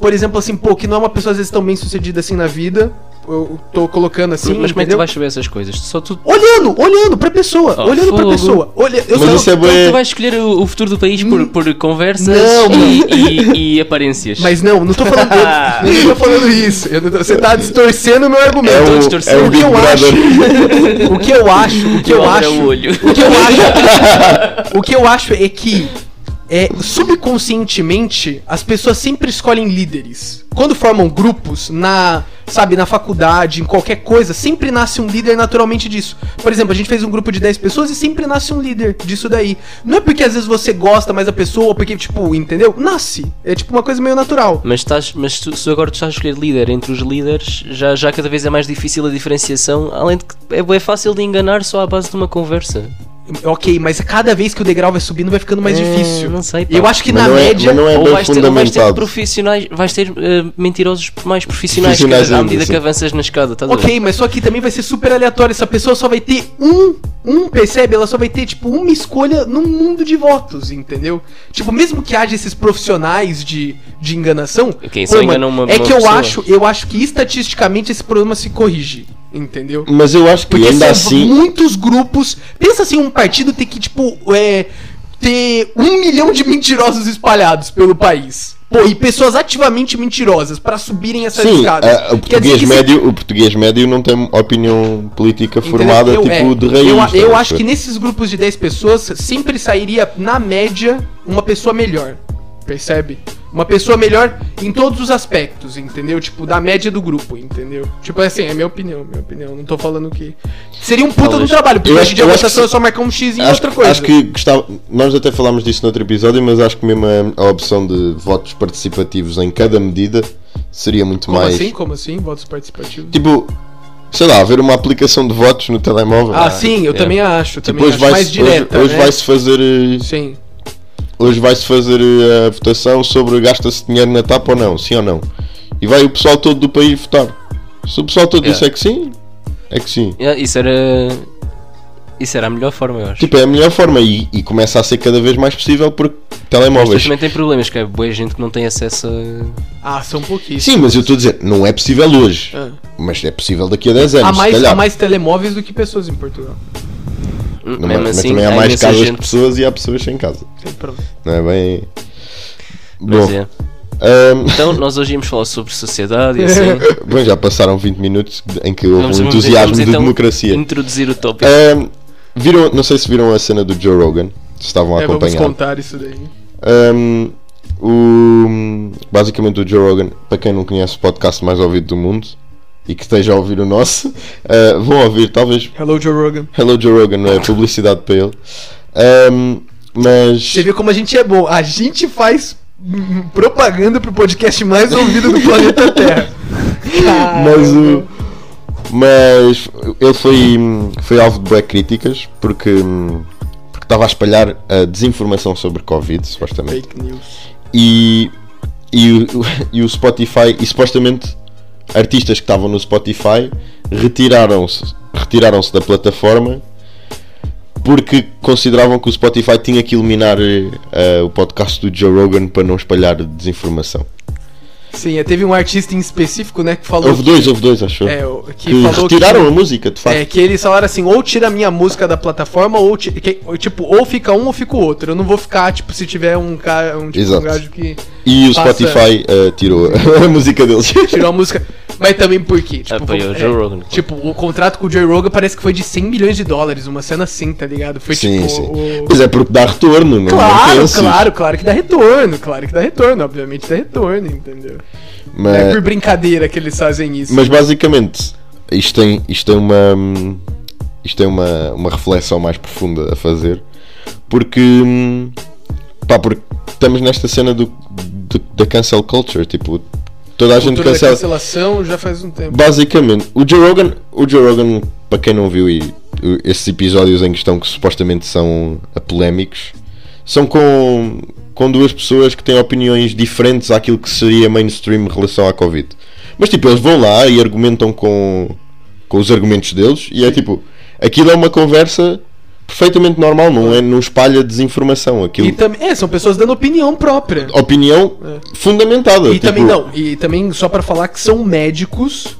Speaker 3: por exemplo, assim, pô, que não é uma pessoa às vezes tão bem sucedida assim na vida. Eu tô colocando assim,
Speaker 2: Mas como é que tu
Speaker 3: entendeu?
Speaker 2: vais saber essas coisas? Só tu.
Speaker 3: Olhando, olhando pra pessoa,
Speaker 2: Ah,
Speaker 3: olhando pra
Speaker 2: fogo.
Speaker 3: pessoa. Olha, eu
Speaker 1: Mas
Speaker 3: só-
Speaker 1: isso é
Speaker 2: Então
Speaker 1: bué-
Speaker 2: tu vais escolher o, o futuro do país por, por conversas
Speaker 3: Não,
Speaker 2: e, e- e aparências.
Speaker 3: Mas não, não tô falando eu não tô falando isso. Eu não tô- Você tá distorcendo o meu
Speaker 1: é
Speaker 3: argumento.
Speaker 2: tô
Speaker 1: o,
Speaker 2: distorcendo.
Speaker 1: é o
Speaker 2: O
Speaker 3: que
Speaker 1: Big
Speaker 3: eu
Speaker 1: Brother.
Speaker 3: O que eu acho, o que eu
Speaker 2: Dobra
Speaker 3: acho.
Speaker 2: é o olho.
Speaker 3: O que eu acho, o que eu acho é que é, subconscientemente as pessoas sempre escolhem líderes. Quando formam grupos na, sabe, na faculdade, em qualquer coisa, sempre nasce um líder naturalmente disso. Por exemplo, a gente fez um grupo de 10 pessoas e sempre nasce um líder disso daí. Não é porque às vezes você gosta mais da pessoa, porque tipo, entendeu? Nasce. É tipo uma coisa meio natural.
Speaker 2: Mas, estás, mas tu, se agora tu estás a escolher líder entre os líderes, já, já cada vez é mais difícil a diferenciação, além de que é, bué fácil de enganar só à base de uma conversa.
Speaker 3: Ok, mas cada vez que o degrau vai subindo vai ficando mais
Speaker 2: É,
Speaker 3: difícil.
Speaker 2: não sei, pá.
Speaker 3: Eu acho que
Speaker 1: Mas
Speaker 3: na
Speaker 1: não é-
Speaker 3: média.
Speaker 1: mas não é
Speaker 2: Ou
Speaker 1: bem
Speaker 2: vais ter, ou vais ter
Speaker 1: fundamentado.
Speaker 2: profissionais, vais ter eh, mentirosos mais profissionais,
Speaker 1: Profissionais
Speaker 2: cada, à
Speaker 1: ainda,
Speaker 2: medida
Speaker 1: sim.
Speaker 2: que avanças na escada, estás a ver?
Speaker 3: Ok, mas só que também vai ser super aleatório. Essa pessoa só vai ter um, um, percebe? Ela só vai ter, tipo, uma escolha num mundo de votos, entendeu? Tipo, mesmo que haja esses profissionais de, de enganação.
Speaker 2: Ok, só enganam uma-
Speaker 3: É
Speaker 2: uma
Speaker 3: que eu
Speaker 2: pessoa.
Speaker 3: acho, eu acho que estatisticamente esse problema se corrige, entendeu?
Speaker 1: Mas eu acho que
Speaker 3: Porque é
Speaker 1: ainda
Speaker 3: são
Speaker 1: assim.
Speaker 3: muitos grupos. Pensa assim, um partido tem que, tipo, é, ter um milhão de mentirosos espalhados pelo país. Pô, e pessoas ativamente mentirosas pra subirem essas
Speaker 1: Sim,
Speaker 3: escadas.
Speaker 1: a- o,
Speaker 3: é, Quer dizer
Speaker 1: português
Speaker 3: que se-
Speaker 1: médio, o português médio não tem opinião política
Speaker 3: Entendeu?
Speaker 1: formada,
Speaker 3: Eu-
Speaker 1: tipo,
Speaker 3: é,
Speaker 1: de raiz.
Speaker 3: Eu,
Speaker 1: estás a
Speaker 3: eu acho
Speaker 1: perceber?
Speaker 3: que nesses grupos de 10 pessoas sempre sairia, na média, uma pessoa melhor. Percebe? Uma pessoa melhor em todos os aspectos, entendeu? Tipo, da média do grupo, entendeu? Tipo assim, é minha opinião, minha opinião. Não tô falando que. Seria um puta do
Speaker 2: Talvez.
Speaker 3: trabalho, porque
Speaker 1: Eu
Speaker 3: hoje
Speaker 1: acho-
Speaker 3: em dia a
Speaker 1: eu acho
Speaker 3: votação
Speaker 1: que
Speaker 3: é só marcar um X em
Speaker 1: acho,
Speaker 3: outra coisa.
Speaker 1: acho que gostava. Nós até falámos disso no outro episódio, mas acho que mesmo a, a opção de votos participativos em cada medida seria muito
Speaker 3: Como
Speaker 1: mais.
Speaker 3: assim? Como assim? Votos participativos?
Speaker 1: Tipo, sei lá, haver uma aplicação de votos no telemóvel.
Speaker 3: Ah, sim, eu
Speaker 2: é.
Speaker 3: também acho.
Speaker 1: Tipo,
Speaker 3: também
Speaker 1: hoje
Speaker 3: acho mais
Speaker 1: vai-se hoje,
Speaker 3: direta.
Speaker 1: hoje
Speaker 3: né?
Speaker 1: vai-se fazer, eh,
Speaker 3: Sim.
Speaker 1: hoje vai-se fazer eh, a votação sobre gasta-se dinheiro na TAP ou não, sim ou não. E vai o pessoal todo do país votar. Se o pessoal todo
Speaker 2: Yeah.
Speaker 1: disser que sim, é que sim.
Speaker 2: Yeah, isso era. Isso era a melhor forma, eu acho.
Speaker 1: Tipo, é a melhor forma e, e começa a ser cada vez mais possível porque
Speaker 2: Mas depois
Speaker 1: telemóveis.
Speaker 2: também tem problemas, que é boa gente que não tem acesso a.
Speaker 3: Ah, são pouquíssimos.
Speaker 1: Sim, mas eu estou a dizer, não é possível hoje,
Speaker 3: Ah.
Speaker 1: mas é possível daqui a 10 anos.
Speaker 3: Há
Speaker 1: se
Speaker 3: mais,
Speaker 1: calhar.
Speaker 3: há mais telemóveis do que pessoas em Portugal.
Speaker 1: Não,
Speaker 2: mesmo
Speaker 1: mas
Speaker 2: assim,
Speaker 1: também há mais
Speaker 2: imensa
Speaker 1: casas de
Speaker 2: gente.
Speaker 1: pessoas e há pessoas sem casa.
Speaker 3: Sem problema.
Speaker 1: Não é bem. Bom,
Speaker 2: Mas é.
Speaker 1: ahm,
Speaker 2: Então, nós hoje íamos falar sobre sociedade e assim.
Speaker 1: bom, já passaram 20 minutos em que houve
Speaker 2: Vamos-
Speaker 1: um
Speaker 2: vamos-
Speaker 1: entusiasmo
Speaker 2: vamos
Speaker 1: de
Speaker 2: então
Speaker 1: democracia. É.
Speaker 2: Introduzir o tópico.
Speaker 1: Ahm, viram, Ehm, não sei se viram a cena do Joe Rogan, se estavam a
Speaker 3: É, vamos
Speaker 1: acompanhar.
Speaker 3: contar isso daí.
Speaker 1: Um, o, basicamente o Joe Rogan, para quem não conhece o podcast mais ouvido do mundo e que esteja a ouvir o nosso, uh, vão ouvir, talvez
Speaker 3: Hello, Joe Rogan.
Speaker 1: Hello Joe Rogan não é publicidade para ele. Um, mas
Speaker 3: Você vê como a gente é bom. A gente faz hum, propaganda pro podcast mais ouvido do planeta Terra.
Speaker 1: mas o mas ele foi foi alvo de bué críticas porque porque estava a espalhar a desinformação sobre Covid, supostamente.
Speaker 3: Fake news.
Speaker 1: e, e, o- e o Spotify, e supostamente artistas que estavam no Spotify retiraram-se retiraram da plataforma porque consideravam que o Spotify tinha que eliminar eh, o podcast do Joe Rogan para não espalhar desinformação.
Speaker 3: Sim, é, teve um artista em específico, né, que falou.
Speaker 1: Houve dois, houve dois, acho. eu,
Speaker 3: É, o- que,
Speaker 1: que
Speaker 3: falou
Speaker 1: retiraram
Speaker 3: que,
Speaker 1: a música, de facto.
Speaker 3: É, que eles falaram assim, ou tira a minha música da plataforma, ou ti- que- ou, tipo, ou fica um ou fica o outro. Eu não vou ficar, tipo, se tiver um cara, um tipo
Speaker 1: Exato.
Speaker 3: um rádio que
Speaker 1: e o
Speaker 3: passa-
Speaker 1: Spotify eh, tirou a música deles.
Speaker 3: tirou a música. Mas também por quê? Tipo,
Speaker 2: Apoiou o
Speaker 3: é,
Speaker 2: Joe Rogan.
Speaker 3: Tipo, o contrato com o Joe Rogan parece que foi de 100 milhões de dólares, uma cena assim, tá ligado? Foi
Speaker 1: sim,
Speaker 3: tipo.
Speaker 1: sim.
Speaker 3: o-
Speaker 1: Pois é, porque dá retorno, não não
Speaker 3: Claro,
Speaker 1: penses.
Speaker 3: claro, claro que dá retorno, claro que dá retorno, obviamente dá retorno, entendeu? Não
Speaker 1: Mas-
Speaker 3: é por brincadeira que eles fazem isso.
Speaker 1: Mas basicamente, isto tem, isto tem uma. hum, Isto tem uma, uma reflexão mais profunda a fazer. Porque. hum, Pá, porque estamos nesta cena do, do- da cancel culture. Tipo, toda a gente
Speaker 3: Cultura da
Speaker 1: cancela.
Speaker 3: cancelação já faz um tempo.
Speaker 1: Basicamente, o Joe Rogan, o Joe Rogan, para quem não viu e o- esses episódios em questão que supostamente são ah, polémicos, são com, com duas pessoas que têm opiniões diferentes àquilo que seria mainstream em relação à Covid. Mas tipo, eles vão lá e argumentam com, com os argumentos deles e é tipo, aquilo é uma conversa perfeitamente normal, não é? Não espalha desinformação. Aquilo,
Speaker 3: E também, é, são pessoas dando opinião própria.
Speaker 1: opinião fundamentada.
Speaker 3: é. E
Speaker 1: tipo,
Speaker 3: também não, e também só pra falar que são médicos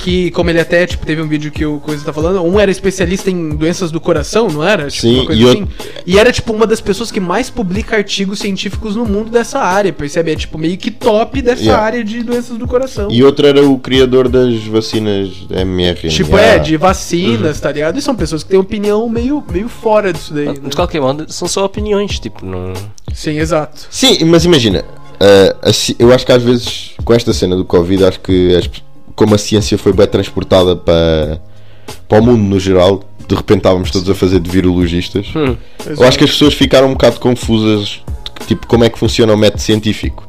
Speaker 3: que, como ele até, tipo, teve um vídeo que o Coisa tá falando, um era especialista em doenças do coração, não era? Tipo,
Speaker 1: Sim,
Speaker 3: uma coisa
Speaker 1: e
Speaker 3: assim.
Speaker 1: outro-
Speaker 3: E era, tipo, uma das pessoas que mais publica artigos científicos no mundo dessa área, percebe? É, tipo, meio que top dessa
Speaker 1: Yeah.
Speaker 3: área de doenças do coração.
Speaker 1: E outro era o criador das vacinas da mRNA.
Speaker 3: Tipo, é, de vacinas,
Speaker 1: Uhum.
Speaker 3: tá ligado? E são pessoas que têm opinião meio, meio fora disso daí. né?
Speaker 2: Ah, De qualquer modo, são só opiniões, tipo, não.
Speaker 3: Sim, exato.
Speaker 1: Sim, mas imagina, ah, a ci- eu acho que às vezes com esta cena do Covid, acho que as pe- como a ciência foi bem transportada para, para o mundo no geral, de repente estávamos todos a fazer de virologistas,
Speaker 2: Hum.
Speaker 1: eu acho que as pessoas ficaram um bocado confusas, de- tipo, como é que funciona o método científico.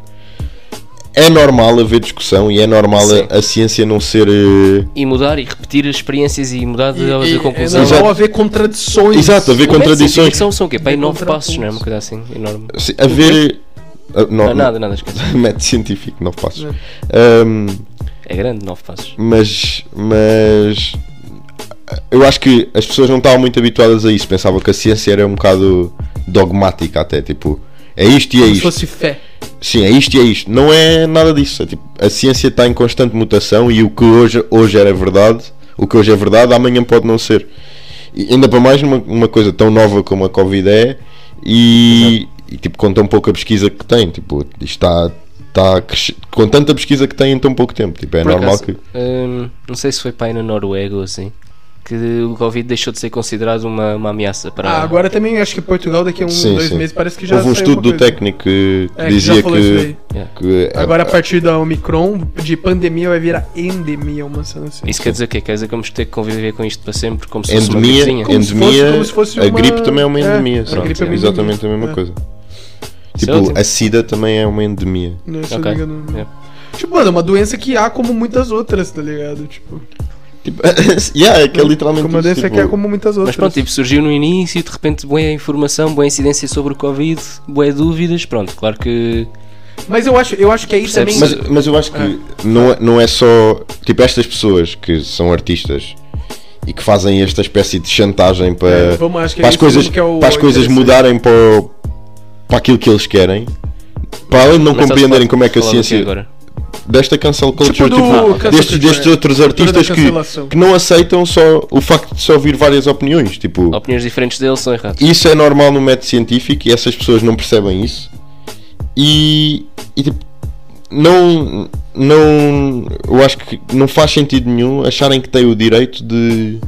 Speaker 1: É normal haver discussão e é normal a, a ciência não ser. eh,
Speaker 2: E mudar e repetir as experiências e mudar de, de
Speaker 3: é
Speaker 2: conclusão.
Speaker 1: não-
Speaker 3: normal haver contradições.
Speaker 1: Exato, haver
Speaker 2: O método
Speaker 1: contradições.
Speaker 2: científico São, são o quê? Pai,
Speaker 3: Tem
Speaker 2: nove
Speaker 3: contrapontos.
Speaker 2: passos, não é? Uma coisa assim, enorme.
Speaker 1: se- Haver. ah, não-
Speaker 2: Ah, nada, nada, esquece.
Speaker 1: Método científico, não faço.
Speaker 3: Não.
Speaker 1: Ahm,
Speaker 2: É grande, nove passos.
Speaker 1: mas mas eu acho que as pessoas não estavam muito habituadas a isso pensavam que a ciência era um bocado dogmática até tipo é isto e é
Speaker 3: Como se
Speaker 1: isto
Speaker 3: fosse fé.
Speaker 1: sim é isto e é isto não é nada disso é tipo, a ciência está em constante mutação e o que hoje hoje era verdade o que hoje é verdade amanhã pode não ser e ainda para mais numa uma coisa tão nova como a covid é e, e, tipo com tão pouca pesquisa que tem tipo isto está está a crescer- com tanta pesquisa que tem em tão pouco tempo tipo é
Speaker 2: Por
Speaker 1: normal
Speaker 2: acaso,
Speaker 1: que
Speaker 2: hum, não sei se foi pai na Noruega ou assim, que o Covid deixou de ser considerado uma, uma ameaça para.
Speaker 3: Ah, agora também acho que Portugal daqui a um,
Speaker 1: Sim,
Speaker 3: dois
Speaker 1: sim.
Speaker 3: meses parece que já
Speaker 1: Houve um
Speaker 3: saiu
Speaker 1: estudo do
Speaker 3: alguma coisa.
Speaker 1: técnico que
Speaker 3: É, que já
Speaker 1: dizia
Speaker 3: falou
Speaker 1: que.
Speaker 3: isso
Speaker 1: que é-
Speaker 3: Agora a partir da Omicron, de pandemia vai virar endemia, uma cena assim.
Speaker 2: Isso quer dizer o quê? Quer dizer que vamos ter que conviver com isto para sempre, como se fosse uma
Speaker 1: endemia,
Speaker 2: gripezinha?
Speaker 3: assim, Como se fosse-
Speaker 1: endemia,
Speaker 3: como se fosse
Speaker 1: a
Speaker 3: uma-
Speaker 1: gripe também é uma
Speaker 3: é,
Speaker 1: endemia,
Speaker 3: a
Speaker 1: pronto,
Speaker 3: gripe é uma
Speaker 1: exatamente
Speaker 3: endemia,
Speaker 1: a mesma
Speaker 3: é.
Speaker 1: coisa.
Speaker 2: Isso é
Speaker 1: Tipo,
Speaker 2: ótimo.
Speaker 1: a SIDA também é uma endemia.
Speaker 3: Não, Né, se eu
Speaker 2: Ok.
Speaker 3: não me engano.
Speaker 2: Yeah.
Speaker 3: Tipo, mano, é uma doença que há como muitas outras, tá ligado? Tipo,
Speaker 1: Tipo, yeah, é que é literalmente
Speaker 3: uma
Speaker 1: isso,
Speaker 3: doença
Speaker 1: tipo,
Speaker 3: que há como muitas
Speaker 2: Mas
Speaker 3: outras.
Speaker 2: pronto, tipo, surgiu no início, de repente, boa informação, boa incidência sobre o Covid, boa dúvidas, pronto, claro que.
Speaker 3: Mas eu acho, eu acho que aí também.
Speaker 2: Percebes?
Speaker 1: Mas, mas eu acho que
Speaker 3: Ah.
Speaker 1: não, é- não é só. Tipo, estas pessoas que são artistas e que fazem esta espécie de chantagem para,
Speaker 3: É, vamos, acho que é
Speaker 1: para as
Speaker 3: isso
Speaker 1: coisas,
Speaker 3: que é o
Speaker 1: para as coisas
Speaker 3: interessante.
Speaker 1: mudarem para o, para aquilo que eles querem, para além de não
Speaker 2: Começa a
Speaker 1: compreenderem
Speaker 2: falar-
Speaker 1: como é que a
Speaker 2: falar do quê
Speaker 1: ciência
Speaker 2: agora?
Speaker 1: desta cancel culture,
Speaker 3: do
Speaker 1: tipo,
Speaker 3: cancel
Speaker 1: destes,
Speaker 3: culture,
Speaker 1: destes
Speaker 3: é.
Speaker 1: outros
Speaker 3: Cultura da
Speaker 1: artistas que,
Speaker 3: cancelação.
Speaker 1: que não aceitam só o facto de só ouvir várias opiniões, tipo,
Speaker 2: Opiniões diferentes deles são erradas.
Speaker 1: isso é normal no método científico e essas pessoas não percebem isso e, e, tipo, não não eu acho que não faz sentido nenhum acharem que têm o direito de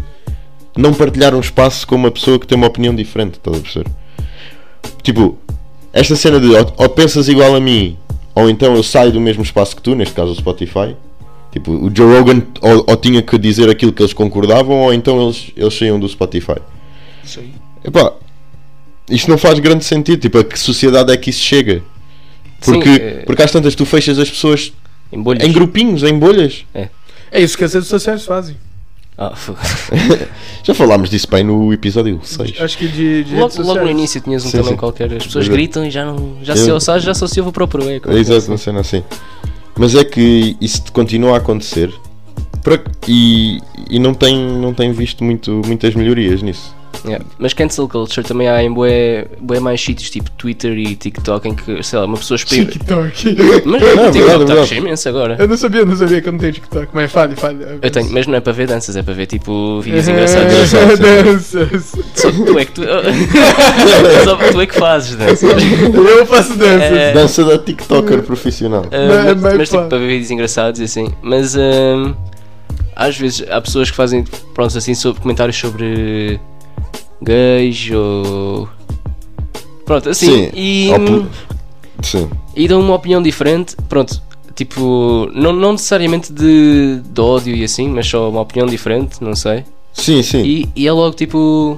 Speaker 1: não partilhar um espaço com uma pessoa que tem uma opinião diferente estás a perceber? tipo esta cena de ou, ou pensas igual a mim ou então eu saio do mesmo espaço que tu neste caso o Spotify tipo o Joe Rogan ou, ou tinha que dizer aquilo que eles concordavam ou então eles, eles saíam do Spotify
Speaker 3: Isso aí.
Speaker 1: Epá, isto não faz grande sentido. Tipo, a que sociedade é que isso chega? Porque,
Speaker 2: Sim, é,
Speaker 1: porque às tantas tu fechas as pessoas
Speaker 2: em bolhas.
Speaker 1: em grupinhos, em bolhas.
Speaker 3: É isso que as redes sociais fazem.
Speaker 2: Ah, fogo.
Speaker 1: Já falámos disso bem no episódio 6.
Speaker 3: Acho que de, de redes
Speaker 2: logo, logo
Speaker 3: sociais.
Speaker 2: no início tinhas um
Speaker 1: Sim,
Speaker 2: telão
Speaker 1: sim.
Speaker 2: qualquer. As pessoas
Speaker 1: Exato.
Speaker 2: gritam e já não. Já
Speaker 1: Eu-
Speaker 2: se ouça, já só se ouve o próprio eco.
Speaker 1: É exato, uma cena assim. Mas é que isso te continua a acontecer para- e, e não tem, não tem visto muito, muitas melhorias nisso.
Speaker 2: Yeah. É. Mas cancel culture também há em bué, bué mais sítios tipo Twitter e TikTok em que, sei lá, uma pessoa
Speaker 1: tipo
Speaker 2: experimenta.
Speaker 3: TikTok.
Speaker 2: Mas
Speaker 1: Não, é
Speaker 2: o TikTok
Speaker 1: verdade,
Speaker 2: está
Speaker 1: é
Speaker 2: a
Speaker 1: verdade.
Speaker 2: crescer imenso agora.
Speaker 3: Eu não sabia, não sabia que eu não tenho TikTok, mas fale, fale.
Speaker 2: Eu tenho, mas não é para ver danças, é para ver tipo vídeos
Speaker 1: Uhum.
Speaker 3: É,
Speaker 2: engraçados.
Speaker 1: engraçados, sim.
Speaker 3: danças.
Speaker 2: Só que tu é que tu. Só que tu é que fazes danças.
Speaker 3: Eu faço danças.
Speaker 2: É.
Speaker 1: Dança da TikToker profissional.
Speaker 2: Ah,
Speaker 3: Não, é
Speaker 2: mas,
Speaker 3: meio
Speaker 2: mas, tipo
Speaker 3: pá.
Speaker 2: para ver vídeos engraçados e assim. Mas ahm, às vezes há pessoas que fazem pronto, assim, sobre, comentários sobre gays ou. Pronto, assim.
Speaker 1: Sim,
Speaker 2: E,
Speaker 1: ao pol- Sim.
Speaker 2: e dão uma opinião diferente. Pronto, tipo, não, não necessariamente de, de ódio e assim, mas só uma opinião diferente, não sei.
Speaker 1: Sim, sim.
Speaker 2: E, e é logo tipo.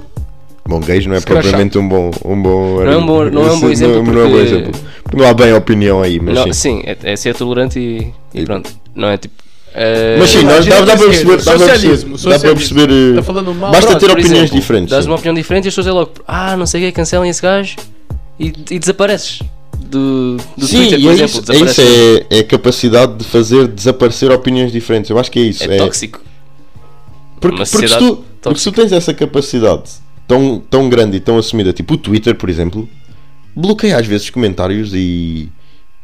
Speaker 1: Bom, gays não é
Speaker 3: Escrachado.
Speaker 1: propriamente um bom, um bom
Speaker 2: Não é um bom- não é um bom exemplo
Speaker 1: Não, é um bom
Speaker 2: porque-
Speaker 1: exemplo. Porque não há bem opinião aí, mas
Speaker 2: não-
Speaker 1: sim.
Speaker 2: sim, é, é ser tolerante e, e
Speaker 1: E-
Speaker 2: pronto. Não é tipo. ah,
Speaker 1: Mas sim, nós, dá,
Speaker 3: Imagina
Speaker 1: dá
Speaker 3: de
Speaker 1: para
Speaker 3: esquerda.
Speaker 1: perceber. Dá para perceber.
Speaker 3: Socialismo,
Speaker 1: Dá para
Speaker 3: socialismo.
Speaker 1: perceber eh,
Speaker 3: Tá falando mal.
Speaker 1: Basta
Speaker 2: Pronto,
Speaker 1: ter
Speaker 2: por
Speaker 1: opiniões
Speaker 2: exemplo,
Speaker 1: diferentes,
Speaker 2: Dás
Speaker 1: sim.
Speaker 2: uma opinião diferente e as pessoas é logo, ah, não sei o que, cancelem esse gajo e, e desapareces do, do
Speaker 1: Sim,
Speaker 2: Twitter,
Speaker 1: e
Speaker 2: por
Speaker 1: é
Speaker 2: exemplo.
Speaker 1: isso, é,
Speaker 2: desapareces.
Speaker 1: isso é, é a capacidade de fazer desaparecer opiniões diferentes. Eu acho que é isso.
Speaker 2: É tóxico.
Speaker 1: Porque, porque,
Speaker 2: Uma
Speaker 1: se
Speaker 2: sociedade
Speaker 1: tu, porque se tu tens essa capacidade tão, tão grande e tão assumida, tipo o Twitter, por exemplo, bloqueia às vezes comentários e,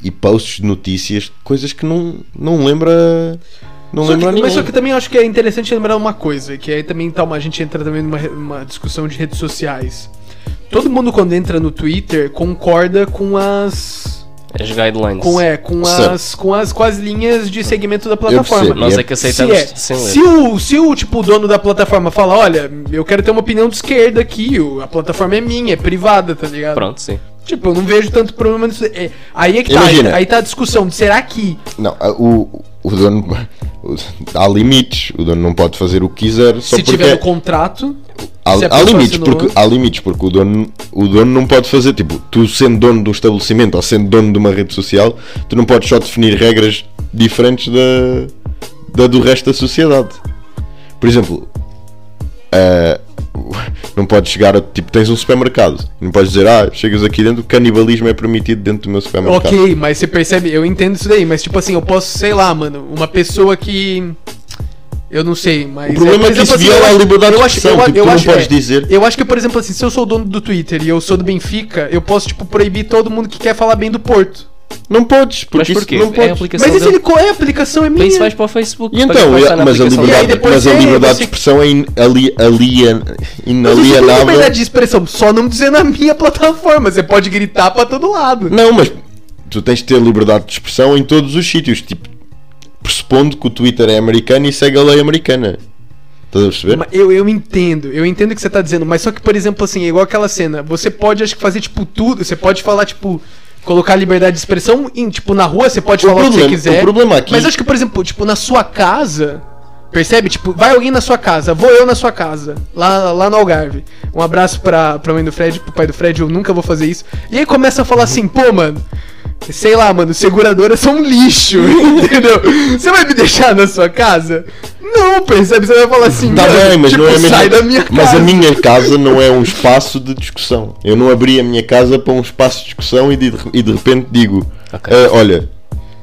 Speaker 1: e posts de notícias, de coisas que não, não lembra. Não
Speaker 3: Só que-
Speaker 1: lembra a
Speaker 3: mas só
Speaker 1: ninguém.
Speaker 3: que também eu acho que é interessante lembrar uma coisa, que aí também tá uma, a gente entra também numa re- uma discussão de redes sociais. Todo mundo quando entra no Twitter concorda com as
Speaker 2: As guidelines.
Speaker 3: com é, com
Speaker 1: Certo.
Speaker 3: as com as com as linhas de segmento da
Speaker 1: percebo.
Speaker 3: plataforma.
Speaker 2: Nós
Speaker 1: E
Speaker 2: é
Speaker 1: é-
Speaker 2: que
Speaker 3: Se,
Speaker 2: aceitamos
Speaker 3: é,
Speaker 2: sem ler.
Speaker 3: se o se o tipo dono da plataforma fala, olha, eu quero ter uma opinião de esquerda aqui, o- a plataforma é minha, é privada, tá ligado?
Speaker 2: Pronto, sim.
Speaker 3: Tipo, eu não vejo tanto problema nisso. É, aí é que tá, aí,
Speaker 1: Imagina.
Speaker 3: aí tá a discussão de será que
Speaker 1: Não, a- o, o dono. o- há limites. O dono não pode fazer o que quiser só
Speaker 3: se
Speaker 1: porque. é-
Speaker 3: tiver no contrato,
Speaker 1: há,
Speaker 3: se a
Speaker 1: há
Speaker 3: pessoa
Speaker 1: limites,
Speaker 3: assinou
Speaker 1: porque,
Speaker 3: antes.
Speaker 1: há limites, porque o dono, o dono não pode fazer. Tipo, tu sendo dono do estabelecimento ou sendo dono de uma rede social, tu não podes só definir regras diferentes da, da do resto da sociedade. Por exemplo, ah, não podes chegar a. Tipo, tens um supermercado. Não podes dizer, ah, chegas aqui dentro, canibalismo é permitido dentro do meu supermercado.
Speaker 3: Ok, mas você percebe, eu entendo isso daí, mas tipo assim, eu posso, sei lá, mano, uma pessoa que. Eu não sei, mas.
Speaker 1: O problema
Speaker 3: por
Speaker 1: é que isso
Speaker 3: exemplo, assim,
Speaker 1: viola
Speaker 3: eu
Speaker 1: a
Speaker 3: acho-
Speaker 1: liberdade de
Speaker 3: eu acho-
Speaker 1: expressão.
Speaker 3: eu a-
Speaker 1: Tipo,
Speaker 3: eu
Speaker 1: tu não
Speaker 3: acho-
Speaker 1: podes
Speaker 3: é,
Speaker 1: dizer.
Speaker 3: Eu acho que, por exemplo, assim, se eu sou o dono do Twitter e eu sou do Benfica, eu posso, tipo, proibir todo mundo que quer falar bem do Porto.
Speaker 1: Não podes, porque
Speaker 2: Mas
Speaker 1: isso
Speaker 2: porquê?
Speaker 1: não
Speaker 2: É a
Speaker 1: podes.
Speaker 2: aplicação
Speaker 3: Mas e se
Speaker 2: dele.
Speaker 3: ele qual é a aplicação é
Speaker 2: Para isso
Speaker 3: minha?
Speaker 2: vais para o Facebook.
Speaker 1: E
Speaker 2: para
Speaker 1: então,
Speaker 2: isso
Speaker 1: e
Speaker 2: vais
Speaker 1: a-
Speaker 2: lá na
Speaker 1: mas a
Speaker 2: aplicação
Speaker 1: liberdade,
Speaker 3: E aí
Speaker 2: dele.
Speaker 3: depois
Speaker 1: mas a
Speaker 3: é,
Speaker 1: liberdade
Speaker 3: você-
Speaker 1: de expressão é in, ali, alien,
Speaker 3: Mas eu sou com
Speaker 1: inalienável.
Speaker 3: liberdade de expressão, só não dizendo a minha plataforma. Você pode gritar pra todo lado.
Speaker 1: Não, mas tu tens de ter liberdade de expressão em todos os sítios. Tipo, pressupondo que o Twitter é americano e segue a lei americana. Estás a perceber?
Speaker 3: Ma- Eu, eu entendo, eu entendo o que você tá dizendo, mas só que, por exemplo, assim, é igual aquela cena, você pode, acho que, fazer, tipo, tudo, você pode falar, tipo, colocar liberdade de expressão, em, tipo, na rua você pode
Speaker 1: O
Speaker 3: falar o que
Speaker 1: problema-
Speaker 3: você quiser.
Speaker 1: o problema aqui-
Speaker 3: Mas acho que, por exemplo, tipo, na sua casa, percebe? Tipo, vai alguém na sua casa, vou eu na sua casa, lá, lá no Algarve. Um abraço pra, pra mãe do Fred, pro pai do Fred, eu nunca vou fazer isso. E aí começa a falar assim, pô, mano... Sei lá, mano, seguradoras são um lixo, entendeu? Você vai me deixar na sua casa? Não, percebe? Você vai falar assim,
Speaker 1: Tá
Speaker 3: Mano,
Speaker 1: bem, mas
Speaker 3: tipo,
Speaker 1: não é a mesma...
Speaker 3: sai da minha
Speaker 1: Mas
Speaker 3: casa.
Speaker 1: a minha casa não é um espaço de discussão. Eu não abri a minha casa para um espaço de discussão e de, e de repente digo:
Speaker 2: Ok.
Speaker 1: "Ah, Olha,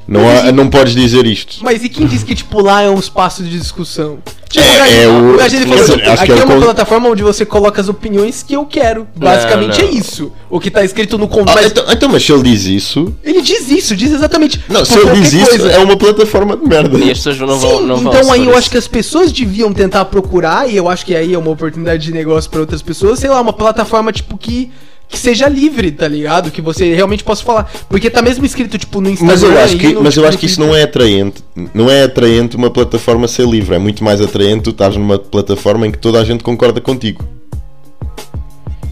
Speaker 1: não, há- não podes dizer isto.
Speaker 3: Mas e quem diz que, tipo, lá é um espaço de discussão? Tipo,
Speaker 1: É,
Speaker 3: o gajo-
Speaker 1: é o-
Speaker 3: o gajo ele falou
Speaker 1: mas
Speaker 3: assim,
Speaker 1: eu acho que
Speaker 3: aqui
Speaker 1: é o
Speaker 3: é uma
Speaker 1: con-
Speaker 3: plataforma onde você coloca as opiniões que eu quero. Basicamente
Speaker 2: não.
Speaker 3: é isso. O que tá escrito no
Speaker 1: Ah,
Speaker 3: contrato.
Speaker 1: então, então, mas se ele diz isso.
Speaker 3: Ele diz isso, diz exatamente.
Speaker 1: Não, se
Speaker 3: por
Speaker 1: ele
Speaker 3: qualquer
Speaker 1: diz isso,
Speaker 3: coisa.
Speaker 1: é uma plataforma de merda.
Speaker 2: E as pessoas não vão.
Speaker 3: Sim,
Speaker 2: não vão
Speaker 3: então aí
Speaker 2: sobre
Speaker 3: eu
Speaker 2: isso.
Speaker 3: acho que as pessoas deviam tentar procurar, e eu acho que aí é uma oportunidade de negócio pra outras pessoas, sei lá, uma plataforma tipo que, que seja livre, tá ligado? Que você realmente possa falar. Porque tá mesmo escrito, tipo, no Instagram.
Speaker 1: Mas eu acho
Speaker 3: e
Speaker 1: que,
Speaker 3: no-
Speaker 1: mas eu
Speaker 3: no
Speaker 1: acho que isso
Speaker 3: Twitter.
Speaker 1: não é atraente. Não é atraente uma plataforma ser livre. É muito mais atraente tu estás numa plataforma em que toda a gente concorda contigo.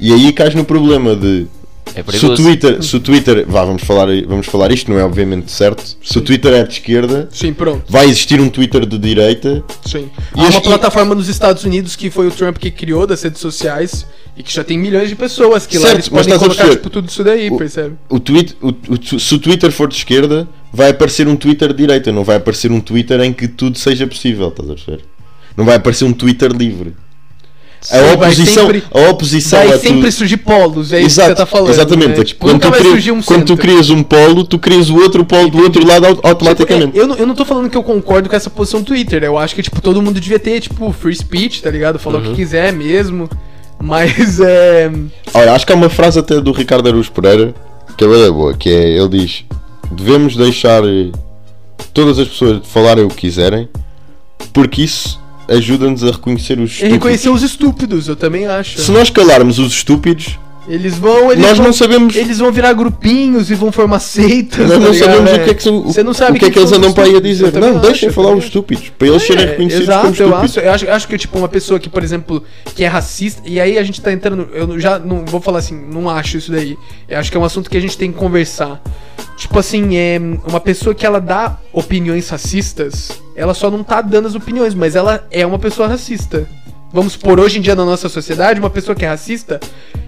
Speaker 1: E aí cais no problema de.
Speaker 2: É
Speaker 1: Se o
Speaker 2: perigoso.
Speaker 1: Twitter, se o Twitter vá, vamos falar, vamos falar isto, não é obviamente certo. Se o Twitter é de esquerda,
Speaker 3: Sim, pronto.
Speaker 1: vai existir um Twitter de direita.
Speaker 3: Sim.
Speaker 1: E
Speaker 3: Há uma
Speaker 1: acho que-
Speaker 3: plataforma nos Estados Unidos que foi o Trump que criou das redes sociais e que já tem milhões de pessoas que lá
Speaker 1: Certo,
Speaker 3: eles
Speaker 1: mas estás
Speaker 3: podem
Speaker 1: a
Speaker 3: colocar
Speaker 1: perceber?
Speaker 3: tipo, tudo isso daí,
Speaker 1: O-
Speaker 3: percebe?
Speaker 1: O tweet, o- o- se o Twitter for de esquerda, vai aparecer um Twitter de direita. Não vai aparecer um Twitter em que tudo seja possível, estás a perceber? Não vai aparecer um Twitter livre.
Speaker 3: vai
Speaker 1: A oposição,
Speaker 3: sempre-
Speaker 1: a oposição
Speaker 3: Vai
Speaker 1: a tu-
Speaker 3: sempre surgir polos, é isso que você tá falando.
Speaker 1: Exatamente. É
Speaker 3: né? Tipo,
Speaker 1: quando,
Speaker 3: nunca
Speaker 1: tu
Speaker 3: vai
Speaker 1: cria-
Speaker 3: surgir um
Speaker 1: quando tu
Speaker 3: centro.
Speaker 1: crias um polo, tu crias o outro polo do outro lado au- automaticamente.
Speaker 3: Tipo, é, eu, não, eu não tô falando que eu concordo com essa posição do Twitter, né? Eu acho que, tipo, todo mundo devia ter, tipo, free speech, tá ligado? Falar
Speaker 1: Uhum.
Speaker 3: o que quiser mesmo. Mas é.
Speaker 1: Olha, acho que há uma frase até do Ricardo Aruz Pereira que é bem boa, que é ele diz devemos deixar eh, todas as pessoas falarem o que quiserem porque isso ajuda-nos a reconhecer os
Speaker 3: É
Speaker 1: estúpidos.
Speaker 3: reconhecer os estúpidos, eu também acho.
Speaker 1: Se nós calarmos os estúpidos,
Speaker 3: Eles vão. Eles
Speaker 1: nós
Speaker 3: vão...
Speaker 1: não sabemos,
Speaker 3: Eles vão virar grupinhos e vão formar seitas.
Speaker 1: nós
Speaker 3: tá
Speaker 1: não
Speaker 3: ligado?
Speaker 1: sabemos
Speaker 3: É.
Speaker 1: o que é que, são- o,
Speaker 3: Você não
Speaker 1: o
Speaker 3: sabe
Speaker 1: que é
Speaker 3: quem
Speaker 1: que eles
Speaker 3: são os
Speaker 1: andam para aí a
Speaker 3: estúpidos, eu
Speaker 1: dizer.
Speaker 3: também
Speaker 1: Não, deixem
Speaker 3: acho, tá
Speaker 1: falar
Speaker 3: eu
Speaker 1: os estúpidos, para eles serem reconhecidos
Speaker 3: É, exato,
Speaker 1: como
Speaker 3: eu
Speaker 1: estúpidos.
Speaker 3: acho, eu acho. eu acho que, tipo, uma pessoa que, por exemplo, que é racista, e aí a gente tá entrando. Eu não- já não vou falar assim, não acho isso daí. Eu acho que é um assunto que a gente tem que conversar. Tipo assim, é uma pessoa que ela dá opiniões racistas, ela só não tá dando as opiniões, mas ela é uma pessoa racista. Vamos supor, hoje em dia na nossa sociedade, uma pessoa que é racista,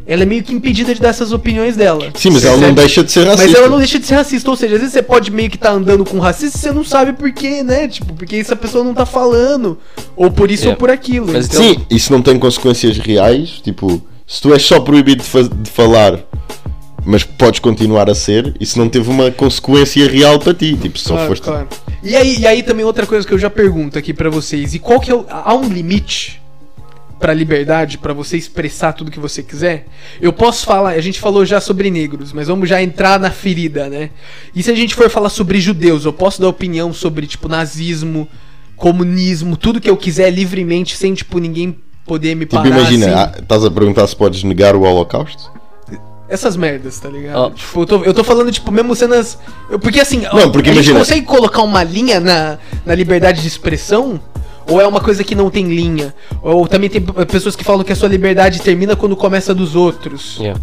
Speaker 3: ela é meio que impedida de dar essas opiniões dela.
Speaker 1: Sim, mas ela não
Speaker 3: Percebe?
Speaker 1: deixa de ser racista.
Speaker 3: Mas ela não deixa de ser racista, ou seja, às vezes você pode meio que tá andando com racista e você não sabe por quê, né? Tipo, porque essa pessoa não tá falando. Ou por isso
Speaker 2: É.
Speaker 3: ou por aquilo.
Speaker 2: Mas
Speaker 3: então,
Speaker 1: Sim, isso não tem consequências reais. Tipo, se tu és só proibido de, faz- de falar, mas podes continuar a ser, isso não teve uma consequência real para ti. Tipo, se só
Speaker 3: claro,
Speaker 1: foste.
Speaker 3: claro. E aí, e aí também outra coisa que eu já pergunto aqui pra vocês. E qual que é o, há um limite pra liberdade, pra você expressar tudo que você quiser? Eu posso falar, a gente falou já sobre negros, mas vamos já entrar na ferida, né? E se a gente for falar sobre judeus, eu posso dar opinião sobre tipo nazismo, comunismo, tudo que eu quiser livremente sem tipo ninguém poder me
Speaker 1: Tipo,
Speaker 3: parar assim?
Speaker 1: imagina, ah, estás a perguntar se podes negar o Holocausto?
Speaker 3: Essas merdas, tá ligado?
Speaker 2: Ó.
Speaker 3: Tipo, eu tô, eu tô falando, tipo, mesmo cenas. eu- porque assim,
Speaker 1: Não, porque
Speaker 3: a
Speaker 1: imagina-
Speaker 3: gente consegue colocar uma linha na, na liberdade de expressão? Ou é uma coisa que não tem linha? Ou também tem p- pessoas que falam que a sua liberdade termina quando começa dos outros.
Speaker 2: Yeah.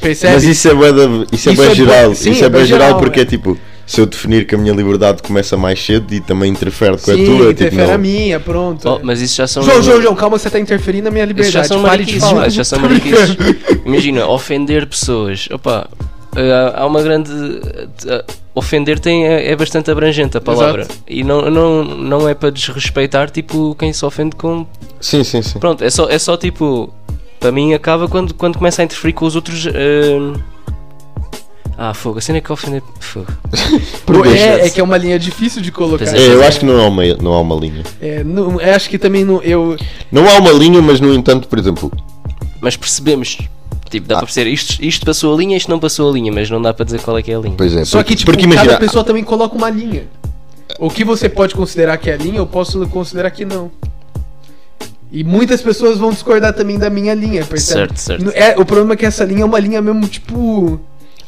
Speaker 3: Percebe?
Speaker 1: Mas isso é bem, isso é
Speaker 3: Isso
Speaker 1: bué
Speaker 3: é bué-
Speaker 1: geral.
Speaker 3: sim,
Speaker 1: isso
Speaker 3: é
Speaker 1: é bem
Speaker 3: bué
Speaker 1: geral
Speaker 3: geral,
Speaker 1: porque
Speaker 3: é.
Speaker 1: é tipo, se eu definir que a minha liberdade começa mais cedo e também interfere com a tua, tipo,
Speaker 3: interfere
Speaker 1: não.
Speaker 3: a minha, pronto.
Speaker 2: Oh, mas isso já
Speaker 1: um
Speaker 2: são.
Speaker 3: João, João, João, calma, você tá interferindo na minha
Speaker 2: Isso já
Speaker 3: liberdade.
Speaker 2: são
Speaker 3: Pare de É,
Speaker 2: mariquices.
Speaker 3: falar.
Speaker 2: isso Já são
Speaker 3: Tô
Speaker 1: é
Speaker 2: mariquices.
Speaker 3: brincando.
Speaker 2: Imagina, ofender pessoas. Opa, eh, há- há uma grande. eh, Ofender tem, é, é bastante abrangente a palavra.
Speaker 3: Exato.
Speaker 2: E não, não, não é para desrespeitar, tipo, quem se ofende com.
Speaker 1: Sim, sim, sim.
Speaker 2: Pronto, é só, é só tipo. Para mim acaba quando, quando começa a interferir com os outros. eh, Ah, fogo, a cena é que ofender. Fogo.
Speaker 3: É, é que é uma linha difícil de colocar.
Speaker 2: Pois
Speaker 1: É, eu acho que não há uma, não há uma linha.
Speaker 3: É, não- eu acho que também não. Eu,
Speaker 1: Não há uma linha, mas no entanto, por exemplo,
Speaker 2: Mas percebemos. Tipo, dá para perceber. Isto, isto passou a linha, isto não passou a linha, mas não dá para dizer qual é que é a linha.
Speaker 1: pois é,
Speaker 3: Só
Speaker 1: porque-
Speaker 3: que, tipo,
Speaker 1: porque
Speaker 3: cada
Speaker 1: imagina,
Speaker 3: pessoa também coloca uma linha. O que você pode considerar que é linha, eu posso considerar que não. E muitas pessoas vão discordar também da minha linha, percebe?
Speaker 2: Certo, certo.
Speaker 3: N- É, o problema é que essa linha é uma linha mesmo, tipo.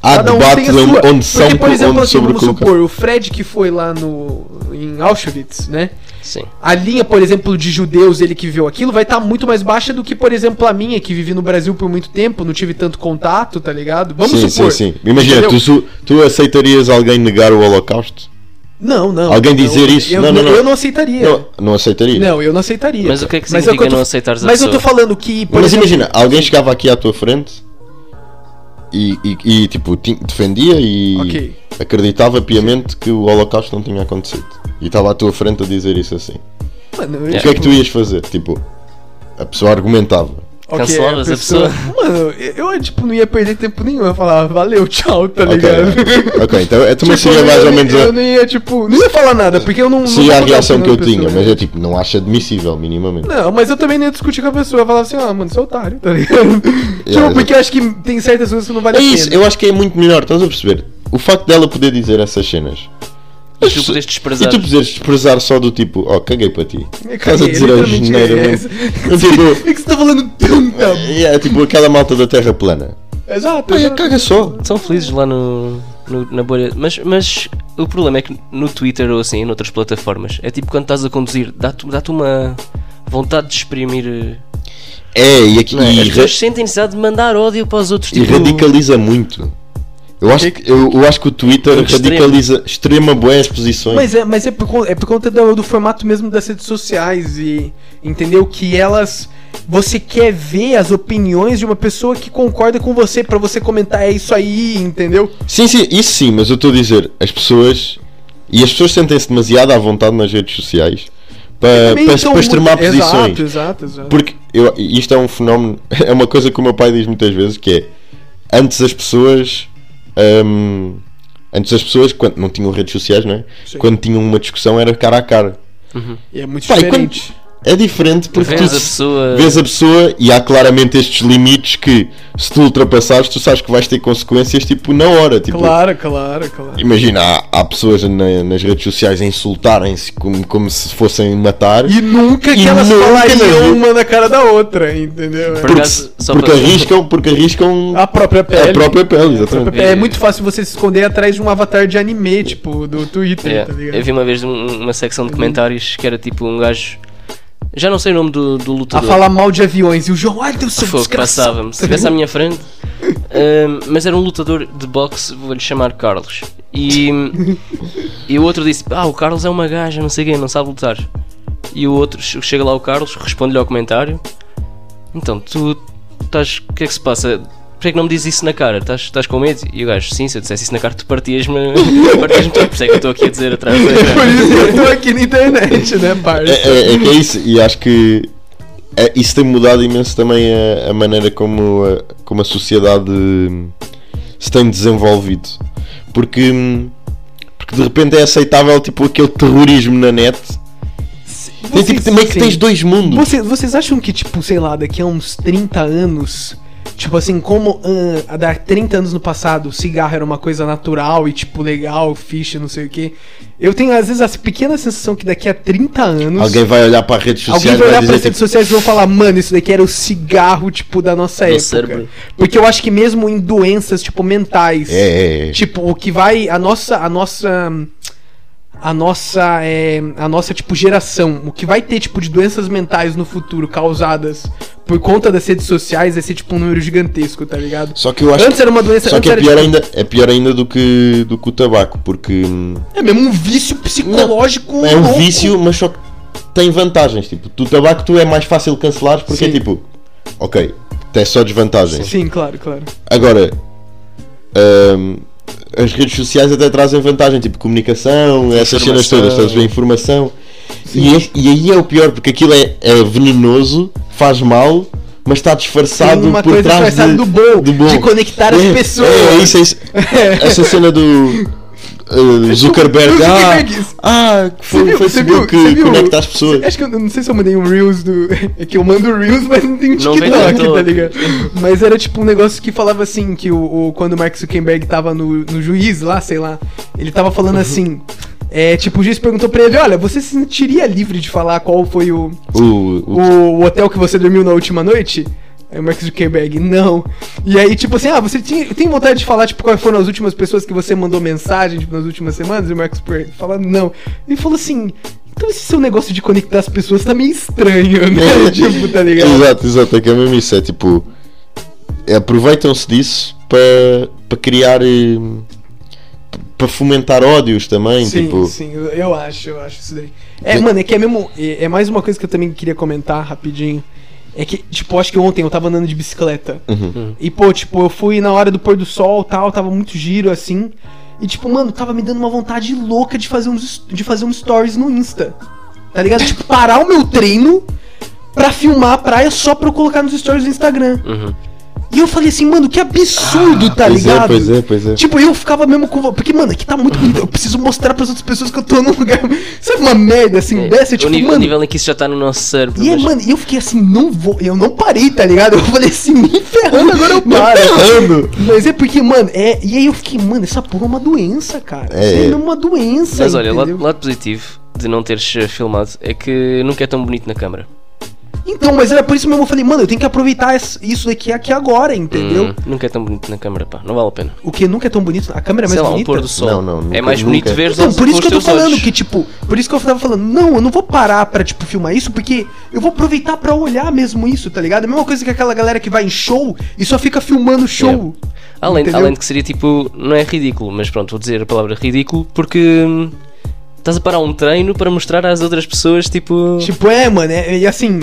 Speaker 1: há
Speaker 3: cada um
Speaker 1: Ah, debates
Speaker 3: tem a sua.
Speaker 1: onde, onde são
Speaker 3: Porque, por exemplo,
Speaker 1: onde
Speaker 3: assim,
Speaker 1: sobre
Speaker 3: vamos
Speaker 1: colocar.
Speaker 3: supor, o Fred que foi lá no. em Auschwitz, né?
Speaker 2: Sim.
Speaker 3: A linha, por exemplo, de judeus, ele que viu aquilo, vai estar muito mais baixa do que, por exemplo, a minha, que vivi no Brasil por muito tempo, não tive tanto contato, tá ligado? Vamos
Speaker 1: sim,
Speaker 3: supor.
Speaker 1: sim, sim. Imagina,
Speaker 3: entendeu?
Speaker 1: tu, su- tu aceitarias alguém negar o Holocausto?
Speaker 3: Não, não.
Speaker 1: Alguém
Speaker 3: Eu-
Speaker 1: dizer isso?
Speaker 3: Eu
Speaker 1: Não, não, não.
Speaker 3: Eu não aceitaria.
Speaker 1: Não, não aceitarias.
Speaker 3: Não, eu não aceitaria.
Speaker 2: Mas o que é que
Speaker 3: eu-
Speaker 2: significa
Speaker 3: eu tô-
Speaker 2: não aceitares a
Speaker 3: Mas eu tô
Speaker 2: pessoa?
Speaker 3: falando que. por
Speaker 1: Mas
Speaker 3: exemplo,
Speaker 1: imagina, alguém chegava aqui à tua frente e, e- e, tipo, ti- defendia e
Speaker 3: Ok.
Speaker 1: acreditava piamente que o Holocausto não tinha acontecido. E estava à tua frente a dizer isso assim.
Speaker 3: Mano, eu-
Speaker 1: O que é que tu ias fazer? Tipo, a pessoa argumentava.
Speaker 3: Ok,
Speaker 2: Cancelavas a pessoa.
Speaker 3: Mano, eu, eu, tipo, não ia perder tempo nenhum. Eu ia falar, valeu, tchau, tá
Speaker 1: Ok,
Speaker 3: ligado?
Speaker 1: ok, então eu também
Speaker 3: Tipo,
Speaker 1: seria mais
Speaker 3: eu
Speaker 1: ou
Speaker 3: não-
Speaker 1: menos
Speaker 3: Eu
Speaker 1: a,
Speaker 3: não ia, tipo, não ia falar nada, porque eu não.
Speaker 1: seria
Speaker 3: não
Speaker 1: a
Speaker 3: vou
Speaker 1: reação que
Speaker 3: dar
Speaker 1: eu
Speaker 3: opinião
Speaker 1: tinha,
Speaker 3: pra
Speaker 1: mas
Speaker 3: pessoa.
Speaker 1: eu tipo, não acho admissível minimamente.
Speaker 3: Não, mas eu também não ia discutir com a pessoa. Eu falava assim, ah, mano, você é otário, tá ligado? tipo,
Speaker 1: exato.
Speaker 3: porque eu acho que tem certas coisas que não vale
Speaker 1: É
Speaker 3: a pena.
Speaker 1: isso, eu acho que é muito melhor, estás a perceber? O facto dela poder dizer essas cenas.
Speaker 2: E tu podes
Speaker 1: E
Speaker 2: desprezar.
Speaker 1: tu poderes desprezar só do tipo, ó, caguei para ti.
Speaker 3: É,
Speaker 1: Estás a
Speaker 3: caguei,
Speaker 1: dizer a
Speaker 3: literalmente
Speaker 1: geneira
Speaker 3: é
Speaker 1: mesmo.
Speaker 3: essa.
Speaker 1: Tipo,
Speaker 3: É que você tá falando tanta.
Speaker 1: é tipo aquela malta da terra plana.
Speaker 3: Exato.
Speaker 1: Pai,
Speaker 3: exato.
Speaker 1: caga só.
Speaker 2: São felizes lá no, no- na bolha. Mas, mas o problema é que no Twitter ou assim, em outras plataformas, é tipo quando estás a conduzir, dá-te dá uma vontade de exprimir. eh,
Speaker 1: É, e aqui
Speaker 2: Não é? As
Speaker 1: e, ra-
Speaker 2: pessoas sentem necessidade de mandar ódio para os outros.
Speaker 1: e
Speaker 2: Tipo,
Speaker 1: radicaliza muito. Eu acho, que, eu, eu acho que o Twitter
Speaker 2: Muito extremo.
Speaker 1: radicaliza extrema boas posições.
Speaker 3: Mas é, mas é por, con- é por conta do, do formato mesmo das redes sociais e entendeu que elas você quer ver as opiniões de uma pessoa que concorda com você pra você comentar é isso aí, entendeu?
Speaker 1: Sim, sim, isso sim, mas eu estou a dizer, as pessoas. E as pessoas sentem-se demasiado à vontade nas redes sociais para,
Speaker 3: Também
Speaker 1: para,
Speaker 3: são
Speaker 1: para extremar
Speaker 3: Então, muito-
Speaker 1: posições.
Speaker 3: Exato, exato, exato.
Speaker 1: Porque eu, isto é um fenómeno, é uma coisa que o meu pai diz muitas vezes que é antes as pessoas hum, antes as pessoas quando não tinham redes sociais, não é?
Speaker 3: Sim.
Speaker 1: Quando tinham uma discussão era cara a cara.
Speaker 3: E é muito
Speaker 1: Pá, e quando-
Speaker 3: diferente.
Speaker 1: É diferente porque
Speaker 2: Vês
Speaker 1: tu
Speaker 2: a pessoa.
Speaker 1: vês a pessoa e há claramente estes limites que se tu ultrapassares tu sabes que vais ter consequências tipo na hora, tipo,
Speaker 3: Claro, claro, claro.
Speaker 1: Imagina, há, há pessoas na- nas redes sociais a insultarem-se como, como se fossem matar.
Speaker 3: E nunca que
Speaker 1: E
Speaker 3: elas
Speaker 1: nunca na
Speaker 3: falariam
Speaker 1: vida.
Speaker 3: uma na cara da outra, entendeu?
Speaker 2: Por
Speaker 1: porque,
Speaker 2: acaso, só
Speaker 1: porque
Speaker 2: para-
Speaker 1: arriscam, porque arriscam
Speaker 3: A própria pele.
Speaker 1: É, a própria pele,
Speaker 3: A própria
Speaker 1: exatamente.
Speaker 3: pele. É muito fácil você se esconder atrás de um avatar de anime, tipo, do Twitter,
Speaker 2: É,
Speaker 3: tá ligado?
Speaker 2: eu vi uma vez um- uma secção de comentários que era tipo um gajo. Já não sei o nome do, do
Speaker 3: A
Speaker 2: lutador.
Speaker 3: falar mal de aviões e o João, ai, Deus, seu
Speaker 2: Fogo,
Speaker 3: desgraçado.
Speaker 2: passava-me. Se estivesse à minha frente. Ahm, mas era um lutador de boxe, vou-lhe chamar Carlos. E, e o outro disse: Ah, o Carlos é uma gaja, não sei quem, não sabe lutar. E o outro che- chega lá, o Carlos, responde-lhe ao comentário: Então, tu estás. O que é que se passa? Porquê é que não me dizes isso na cara? Estás, estás com medo? E o gajo: Sim, se eu dissesse isso na cara, tu partias-me. Partias-me tudo. Por isso é que eu estou aqui a dizer atrás. da cara."
Speaker 3: Por isso que eu tô aqui na internet, né,
Speaker 1: É,
Speaker 3: parça?
Speaker 1: é- é que é isso, e acho que é- isso tem mudado imenso também a, a maneira como a, como a sociedade hum, se tem desenvolvido. Porque, hum, porque de repente é aceitável tipo, aquele terrorismo na net. Tem, tipo, meio que tens dois mundos.
Speaker 3: Vocês, vocês acham que, tipo, sei lá, daqui a uns 30 anos, tipo assim, como ah, há dar 30 anos no passado, o cigarro era uma coisa natural e, tipo, legal, ficha, não sei o quê. Eu tenho, às vezes, essa pequena sensação que daqui a 30 anos.
Speaker 1: Alguém vai olhar para as redes
Speaker 3: Alguém
Speaker 1: sociais e
Speaker 3: vai
Speaker 1: vai
Speaker 3: olhar para
Speaker 1: dizer
Speaker 3: as redes
Speaker 1: tipo,
Speaker 3: sociais e vão falar, mano, isso daqui era o cigarro, tipo, da nossa época.
Speaker 2: cérebro.
Speaker 3: Porque eu acho que mesmo em doenças, tipo, mentais.
Speaker 1: é, é, é.
Speaker 3: Tipo, o que vai. A nossa. A nossa. A nossa. é, a nossa, tipo, geração. O que vai ter, tipo, de doenças mentais no futuro causadas por conta das redes sociais vai ser, tipo, um número gigantesco, tá ligado?
Speaker 1: Só que eu acho
Speaker 3: antes era uma doença.
Speaker 1: Só que
Speaker 3: antes
Speaker 1: é
Speaker 3: era,
Speaker 1: pior,
Speaker 3: tipo,
Speaker 1: ainda, é pior ainda do que, do que o tabaco, porque hum,
Speaker 3: É mesmo um vício psicológico.
Speaker 1: é um
Speaker 3: louco.
Speaker 1: vício, mas só que tem vantagens. Tipo, tu tabaco tu é mais fácil cancelares porque é
Speaker 3: Sim.
Speaker 1: tipo, ok, tem só desvantagens.
Speaker 3: Sim, claro, claro.
Speaker 1: Agora, hum, as redes sociais até trazem vantagem, tipo comunicação, essas cenas
Speaker 2: Informação.
Speaker 1: todas, estás a ver? Informação. E, é- e aí é o pior, porque aquilo é, é venenoso, faz mal, mas está disfarçado
Speaker 3: Tem uma
Speaker 1: por
Speaker 3: coisa
Speaker 1: trás
Speaker 3: disfarçada
Speaker 1: de,
Speaker 3: do bom,
Speaker 1: do
Speaker 3: de conectar as pessoas.
Speaker 1: É, é isso, é isso. Essa cena do uh, Zuckerberg.
Speaker 3: Do
Speaker 1: Ah,
Speaker 3: Zuckerberg.
Speaker 1: ah, que foi
Speaker 3: Você viu-
Speaker 1: o
Speaker 3: você viu-
Speaker 1: Facebook
Speaker 3: você
Speaker 1: que
Speaker 3: viu-
Speaker 1: conecta as pessoas.
Speaker 3: Acho que eu eu não sei se eu mandei um Reels do. É que eu mando Reels, mas não tem um
Speaker 2: Não vem
Speaker 3: TikTok,
Speaker 2: tanto.
Speaker 3: tá ligado? Mas era tipo um negócio que falava assim: que o, o- quando o Mark Zuckerberg tava no, no juiz lá, sei lá, ele tava falando
Speaker 1: Uhum.
Speaker 3: assim. É, tipo, o juiz perguntou pra ele: Olha, você se sentiria livre de falar qual foi o,
Speaker 1: O, o-
Speaker 3: o, o hotel que você dormiu na última noite? Aí o Mark Zuckerberg, não. E aí, tipo assim, ah, você tinha, tem vontade de falar, tipo, quais foram as últimas pessoas que você mandou mensagem, tipo, nas últimas semanas? E o Mark Zuckerberg fala, não. E falou assim, então esse seu negócio de conectar as pessoas tá meio estranho, né? tipo, tá ligado?
Speaker 1: Exato, exato, é que é mesmo isso. É tipo. Aproveitam-se disso para para criar. eh, para fomentar ódios também.
Speaker 3: Sim,
Speaker 1: tipo,
Speaker 3: sim, eu, eu acho, eu acho isso daí. É, mano, é que é mesmo. É, é mais uma coisa que eu também queria comentar rapidinho. É que, tipo, acho que ontem eu tava andando de bicicleta.
Speaker 1: Uhum.
Speaker 3: E, pô, tipo, eu fui na hora do pôr do sol tal, tava muito giro assim. E, tipo, mano, tava me dando uma vontade louca de fazer uns, de fazer uns stories no Insta. Tá ligado? Tipo, parar o meu treino, pra filmar a praia só pra eu colocar nos stories do Instagram.
Speaker 2: Uhum.
Speaker 3: E eu falei assim, mano, que absurdo, tá
Speaker 1: pois
Speaker 3: ligado?
Speaker 1: é, pois é, pois é.
Speaker 3: Tipo, eu ficava mesmo com. vo- Porque, mano, aqui tá muito bonito. Eu preciso mostrar pras outras pessoas que eu tô num lugar. Sabe uma merda assim dessa?
Speaker 2: É, o,
Speaker 3: Tipo,
Speaker 2: nível, o
Speaker 3: mano.
Speaker 2: nível em que isso já tá no nosso cérebro.
Speaker 3: E é,
Speaker 2: mas-
Speaker 3: mano, e eu fiquei assim, não vou. Eu não parei, tá ligado? Eu falei assim, me ferrando, agora eu
Speaker 1: Me
Speaker 3: paro.
Speaker 1: ferrando.
Speaker 3: Mas é porque, mano, é. E aí eu fiquei, mano, essa porra é uma doença, cara.
Speaker 1: É,
Speaker 3: Isso é
Speaker 1: é.
Speaker 3: mesmo uma doença.
Speaker 2: Mas olha, o lado,
Speaker 3: entendeu?
Speaker 2: lado positivo de não teres eh, filmado é que nunca é tão bonito na câmara.
Speaker 3: Então, mas era por isso mesmo eu falei, mano, eu tenho que aproveitar es- isso daqui aqui agora, entendeu?
Speaker 2: Hum, nunca é tão bonito na câmara, pá. Não vale a pena.
Speaker 3: O que nunca é tão bonito. A câmera é mais
Speaker 2: Sei lá,
Speaker 3: bonita.
Speaker 2: um pôr do sol.
Speaker 1: Não, não,
Speaker 2: é
Speaker 1: nunca-
Speaker 2: mais bonito
Speaker 1: nunca.
Speaker 2: ver os
Speaker 3: Então, por isso que eu tô falando
Speaker 2: olhos.
Speaker 3: que, tipo, por isso que eu tava falando, não, eu não vou parar pra, tipo, filmar isso, porque eu vou aproveitar pra olhar mesmo isso, tá ligado? É a mesma coisa que aquela galera que vai em show e só fica filmando show.
Speaker 2: É. Além,
Speaker 3: entendeu?
Speaker 2: além de que seria tipo, não é ridículo, mas pronto, vou dizer a palavra ridículo porque hum, estás a parar um treino para mostrar às outras pessoas tipo.
Speaker 3: Tipo, é, mano, é, e assim.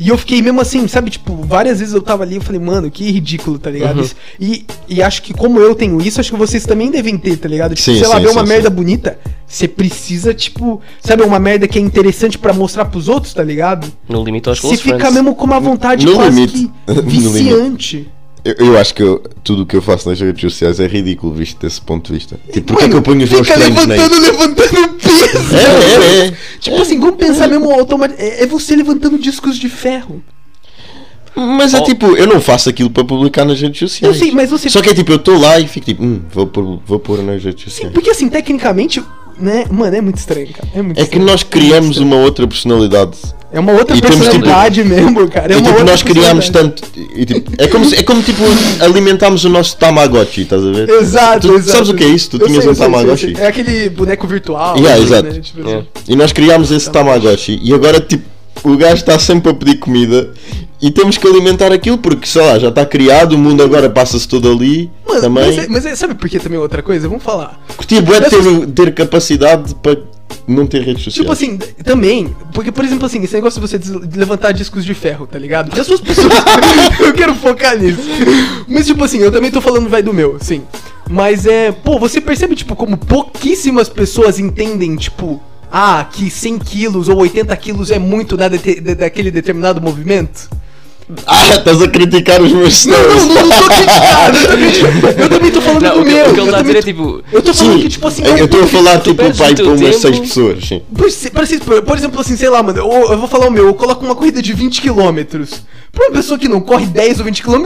Speaker 3: E eu fiquei mesmo assim, sabe? Tipo, várias vezes eu tava ali e falei, mano, que ridículo, tá
Speaker 2: Uhum.
Speaker 3: ligado? Isso- E, e acho que como eu tenho isso, acho que vocês também devem ter, tá ligado? Tipo,
Speaker 1: Sim,
Speaker 3: sei lá,
Speaker 1: sim,
Speaker 3: ver uma
Speaker 1: sim,
Speaker 3: merda
Speaker 1: sim.
Speaker 3: bonita, você precisa, tipo, sabe, uma merda que é interessante pra mostrar pros outros, tá ligado?
Speaker 2: no limite aos
Speaker 3: Você
Speaker 2: close
Speaker 3: fica
Speaker 2: friends.
Speaker 3: mesmo com uma vontade
Speaker 1: No
Speaker 3: quase
Speaker 1: limite.
Speaker 3: que
Speaker 1: No
Speaker 3: viciante.
Speaker 1: Eu, eu acho que eu- tudo o que eu faço nas redes sociais é ridículo, visto desse ponto de vista. Tipo, porquê é que eu ponho os meus
Speaker 3: Fica
Speaker 1: treinos na
Speaker 3: levantando, levantando peso.
Speaker 1: É, é, é.
Speaker 3: Tipo assim, vamos pensar mesmo automático. É é você levantando discos de ferro.
Speaker 1: Mas é
Speaker 2: Oh.
Speaker 1: tipo, eu não faço aquilo para publicar nas redes
Speaker 3: Eu
Speaker 1: sociais.
Speaker 3: sei, mas você.
Speaker 1: Só que é tipo, eu estou lá e fico tipo, hum, vou pôr, vou pôr nas redes
Speaker 3: Sim,
Speaker 1: sociais.
Speaker 3: porque assim, tecnicamente, né? Mano, é muito estranho, cara. É, muito
Speaker 1: É que
Speaker 3: estranho.
Speaker 1: nós criamos uma outra personalidade.
Speaker 3: É uma outra
Speaker 1: e temos, tipo,
Speaker 3: personalidade mesmo, cara.
Speaker 1: e
Speaker 3: É uma
Speaker 1: tipo,
Speaker 3: outra
Speaker 1: nós criámos
Speaker 3: personalidade.
Speaker 1: tanto. e, tipo, é, como se- é como tipo, alimentámos o nosso Tamagotchi, estás a ver?
Speaker 3: Exato,
Speaker 1: Tu- tu
Speaker 3: exato.
Speaker 1: sabes o que é isso? Tu
Speaker 3: Eu
Speaker 1: tinhas
Speaker 3: sei,
Speaker 1: um
Speaker 3: eu sei, eu sei,
Speaker 1: Tamagotchi.
Speaker 3: eu sei. É aquele boneco virtual.
Speaker 1: Yeah,
Speaker 3: né,
Speaker 1: exato. É.
Speaker 3: tipo assim.
Speaker 2: Yeah.
Speaker 1: E nós criámos esse Tamagotchi e agora tipo o gajo está sempre a pedir comida e temos que alimentar aquilo porque sei lá, já está criado, o mundo agora passa-se todo ali
Speaker 3: Mano,
Speaker 1: também.
Speaker 3: mas, é- mas é- sabe por que também é outra coisa? Vamos falar.
Speaker 1: Curtia bué de ter, ter capacidade para não ter redes sociais.
Speaker 3: Tipo assim, d- também, porque, por exemplo, assim, esse negócio de você des- de levantar discos de ferro, tá ligado? E as suas pessoas. eu quero focar nisso. Mas, tipo assim, eu também tô falando, vai do meu, sim. Mas é. Pô, você percebe, tipo, como pouquíssimas pessoas entendem, tipo. Ah, que 100 quilos ou 80 quilos é muito da dete- da- daquele determinado movimento?
Speaker 1: Ah, estás a criticar os meus
Speaker 3: Não,
Speaker 1: stories.
Speaker 3: não, não, não tô criticando, eu também tô- eu também tô falando
Speaker 2: Não,
Speaker 3: do
Speaker 2: o que,
Speaker 3: meu.
Speaker 2: o que ele
Speaker 3: eu
Speaker 2: está a
Speaker 3: também
Speaker 2: dizer é
Speaker 3: tô-
Speaker 2: tipo.
Speaker 3: eu tô falando
Speaker 1: Sim,
Speaker 3: que, tipo assim,
Speaker 1: eu estou a falar tipo
Speaker 2: perdes o
Speaker 1: pai para
Speaker 2: teu
Speaker 1: umas
Speaker 2: tempo.
Speaker 1: 6 pessoas, sim.
Speaker 3: Por, se- por se- por- por exemplo, assim, sei lá, mano, eu, eu vou falar o meu, eu coloco uma corrida de 20 km. Pra uma pessoa que não corre 10 ou 20 km,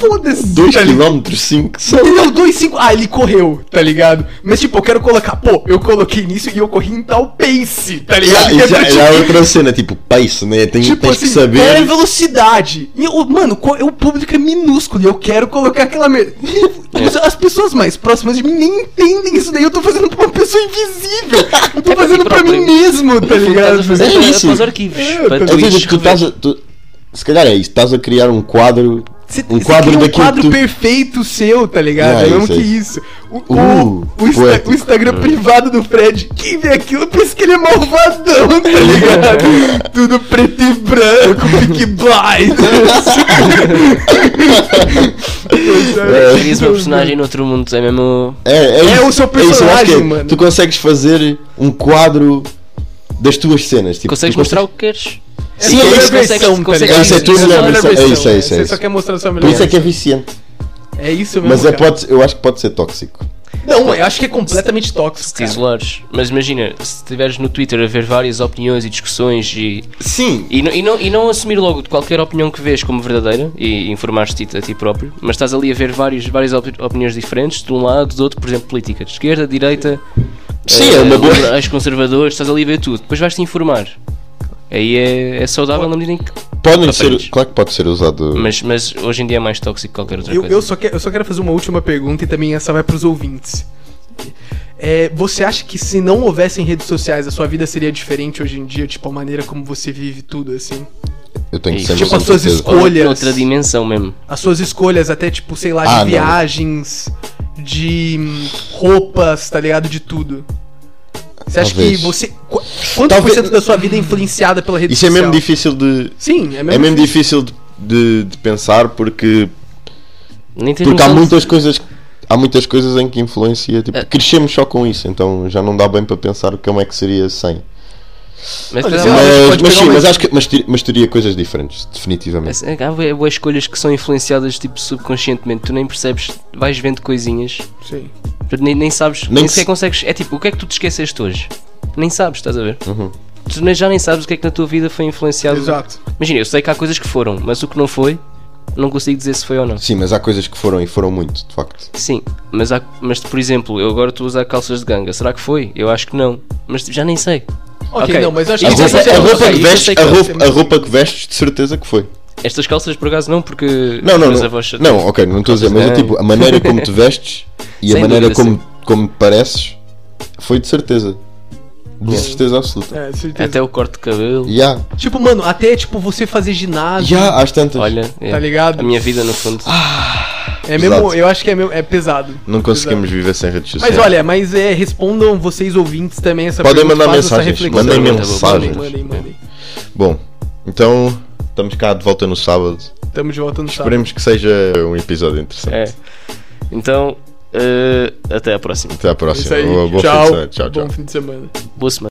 Speaker 3: foda-se.
Speaker 1: 2
Speaker 3: tá ligado?
Speaker 1: km, 5,
Speaker 3: Entendeu? 2, 5. Ah, ele correu, tá ligado? Mas, tipo, eu quero colocar, pô, eu coloquei nisso e eu corri em tal pace, tá ligado? Que é
Speaker 1: Já,
Speaker 3: pra,
Speaker 1: já, já é outra cena, tipo, pace, né? Tem,
Speaker 3: Tipo
Speaker 1: tens
Speaker 3: assim,
Speaker 1: que saber.
Speaker 3: é velocidade. E eu- mano, co- o público é minúsculo e eu quero colocar aquela
Speaker 1: É.
Speaker 3: merda. Mas As pessoas mais próximas de mim nem entendem isso daí. Eu tô fazendo pra uma pessoa invisível. Eu tô
Speaker 2: É pra ti
Speaker 3: fazendo pra
Speaker 2: próprio.
Speaker 3: mim mesmo, tá
Speaker 2: Estás
Speaker 3: ligado?
Speaker 2: a fazer
Speaker 1: É
Speaker 2: para,
Speaker 1: isso.
Speaker 2: para os arquivos.
Speaker 3: É,
Speaker 2: para
Speaker 1: Ou
Speaker 2: tu ires
Speaker 1: seja, tu
Speaker 2: rever.
Speaker 1: estás a, tu- se calhar é isso, estás a criar um quadro.
Speaker 3: Cê-
Speaker 1: um
Speaker 3: cê
Speaker 1: quadro
Speaker 3: cria um
Speaker 1: daquilo
Speaker 3: quadro
Speaker 1: que tu-
Speaker 3: perfeito seu, tá ligado?
Speaker 1: Ah,
Speaker 3: é mesmo
Speaker 1: isso
Speaker 3: que
Speaker 1: aí.
Speaker 3: isso. O, o-
Speaker 1: Uh, É.
Speaker 3: o Insta-
Speaker 1: poético.
Speaker 3: o Instagram privado do Fred, quem vê aquilo pensa que ele é malvadão, tá
Speaker 1: É.
Speaker 3: ligado? Tudo preto e branco, Big
Speaker 1: É.
Speaker 3: Blind.
Speaker 2: Crias uma um personagem no outro mundo, é mesmo.
Speaker 1: É, é,
Speaker 3: É
Speaker 1: isso,
Speaker 3: o
Speaker 1: é isso, eu
Speaker 3: seu
Speaker 1: acho que
Speaker 3: personagem,
Speaker 1: é.
Speaker 3: mano.
Speaker 1: Tu consegues fazer um quadro das tuas cenas. Tipo,
Speaker 2: Consegues
Speaker 1: tu
Speaker 2: mostrar o que queres.
Speaker 1: Sim,
Speaker 3: a
Speaker 1: é
Speaker 3: melhor
Speaker 1: isso,
Speaker 2: consegue-
Speaker 3: versão, tá
Speaker 2: consegue-
Speaker 3: ligado?
Speaker 1: Essa é a tua
Speaker 3: Essa
Speaker 1: melhor
Speaker 3: melhor
Speaker 1: versão, é isso, é isso, é
Speaker 3: Você
Speaker 1: isso.
Speaker 3: só quer mostrar a sua melhor
Speaker 1: Por isso é
Speaker 3: versão.
Speaker 1: que é viciante.
Speaker 3: É isso mesmo.
Speaker 1: Mas é,
Speaker 3: cara.
Speaker 1: pode, eu acho que pode ser tóxico.
Speaker 3: Não, eu acho que é completamente tóxico.
Speaker 2: Se te
Speaker 3: cara.
Speaker 2: isolares. Mas imagina, se estiveres no Twitter a ver várias opiniões e discussões e
Speaker 1: Sim.
Speaker 2: E, não- e não, e não assumir logo de qualquer opinião que vês como verdadeira e informares-te a ti próprio, mas estás ali a ver vários, várias opi- opiniões diferentes, de um lado, do outro, por exemplo, política de esquerda, direita,
Speaker 1: Sim,
Speaker 2: eh,
Speaker 1: é uma boa.
Speaker 2: liberais, conservadores, estás ali a ver tudo, depois vais-te informar. Aí é, é saudável na medida em que.
Speaker 1: Podem
Speaker 2: Aprendes.
Speaker 1: ser, claro que pode ser usado.
Speaker 2: Mas, mas hoje em dia é mais tóxico que qualquer outra
Speaker 3: Eu,
Speaker 2: coisa.
Speaker 3: eu só quero, eu só quero fazer uma última pergunta e também essa vai pros ouvintes. É, você acha que se não houvessem redes sociais, a sua vida seria diferente hoje em dia? Tipo, a maneira como você vive tudo, assim?
Speaker 1: Eu tenho
Speaker 2: Tipo,
Speaker 1: sempre
Speaker 3: as suas
Speaker 1: certeza.
Speaker 3: escolhas. olhas.
Speaker 2: Outra dimensão mesmo.
Speaker 3: As suas escolhas, até tipo, sei lá, de
Speaker 1: Ah, não.
Speaker 3: viagens, de hum, roupas, tá ligado? De tudo. Você acha
Speaker 1: Talvez.
Speaker 3: que você. qu- Quanto
Speaker 1: Talvez-
Speaker 3: por cento da sua vida é influenciada pela rede
Speaker 1: Isso é
Speaker 3: social?
Speaker 1: mesmo difícil de.
Speaker 3: Sim, é mesmo,
Speaker 1: É mesmo difícil de- de, de pensar porque
Speaker 2: Nem tens
Speaker 1: Porque há
Speaker 2: noção de-
Speaker 1: muitas coisas. Há muitas coisas em que influencia. Tipo,
Speaker 2: É.
Speaker 1: crescemos só com isso, então já não dá bem para pensar como é que seria sem.
Speaker 2: Mas,
Speaker 3: Olha,
Speaker 2: mas,
Speaker 3: sei lá, acho que
Speaker 1: Mas,
Speaker 3: pode
Speaker 1: mas
Speaker 3: pegar
Speaker 1: sim,
Speaker 3: um-
Speaker 1: mas acho que mas, ter- mas teria coisas diferentes, definitivamente.
Speaker 2: mas, Assim, há bué- bué escolhas que são influenciadas tipo subconscientemente, tu nem percebes, vais vendo coisinhas,
Speaker 3: Sim.
Speaker 2: tu nem, nem sabes,
Speaker 1: Nem
Speaker 2: nem
Speaker 1: se-
Speaker 2: sequer consegues. É tipo, o que é que tu te esqueceste hoje? Nem sabes, estás a ver?
Speaker 1: Uhum.
Speaker 2: Tu nem- já nem sabes o que é que na tua vida foi influenciado.
Speaker 3: Exato.
Speaker 2: Imagina, eu sei que há coisas que foram, mas o que não foi, não consigo dizer se foi ou não.
Speaker 1: Sim, mas há coisas que foram e foram muito, de facto.
Speaker 2: Sim, mas, há, mas por exemplo, eu agora estou a usar calças de ganga, será que foi? Eu acho que não, mas tipo, já nem sei.
Speaker 3: Ok,
Speaker 2: Ok.
Speaker 3: não, mas acho
Speaker 1: A
Speaker 2: Isso
Speaker 3: que
Speaker 2: é
Speaker 1: roupa,
Speaker 2: sério,
Speaker 1: a roupa
Speaker 2: ok,
Speaker 1: que
Speaker 2: isso eu sei
Speaker 1: vestes,
Speaker 2: que
Speaker 1: a
Speaker 2: vai
Speaker 1: roupa, a roupa que vestes, de certeza que foi.
Speaker 2: Estas calças por acaso não, porque
Speaker 1: Não, não,
Speaker 2: meus
Speaker 1: não.
Speaker 2: avós-
Speaker 1: Não, ok, não estou a dizer, mas é
Speaker 2: Não.
Speaker 1: tipo, a maneira como te vestes e a
Speaker 2: Sem
Speaker 1: maneira
Speaker 2: dúvida,
Speaker 1: como, como te pareces foi de certeza. De certeza absoluta.
Speaker 3: É, certeza.
Speaker 2: Até o corte de cabelo.
Speaker 1: E há,
Speaker 4: Tipo, mano, até tipo você fazer ginásio.
Speaker 1: e há, às tantas.
Speaker 2: Olha, é,
Speaker 3: Tá ligado?
Speaker 2: a minha vida no fundo.
Speaker 3: É mesmo,
Speaker 1: Exato.
Speaker 3: eu acho que é, mesmo, é pesado.
Speaker 1: Não conseguimos viver sem redes sociais.
Speaker 4: Mas olha, mas é, respondam vocês ouvintes também essa
Speaker 1: Podem
Speaker 4: pergunta,
Speaker 1: mandar
Speaker 4: façam essa
Speaker 1: mensagens,
Speaker 4: reflexão.
Speaker 1: mandem
Speaker 4: Mandem,
Speaker 1: mensagens.
Speaker 4: Mandem, mandem.
Speaker 1: Bom, então estamos cá de volta no sábado.
Speaker 3: Tamo de volta no sábado.
Speaker 1: Esperemos que seja um episódio interessante.
Speaker 2: É. Então, eh, até à próxima.
Speaker 1: Até à
Speaker 3: É Isso
Speaker 1: próxima.
Speaker 3: aí.
Speaker 1: Boa, boa fim de
Speaker 3: É tchau.
Speaker 1: semana. Tchau, tchau.
Speaker 3: Bom fim de semana.
Speaker 2: Boa semana.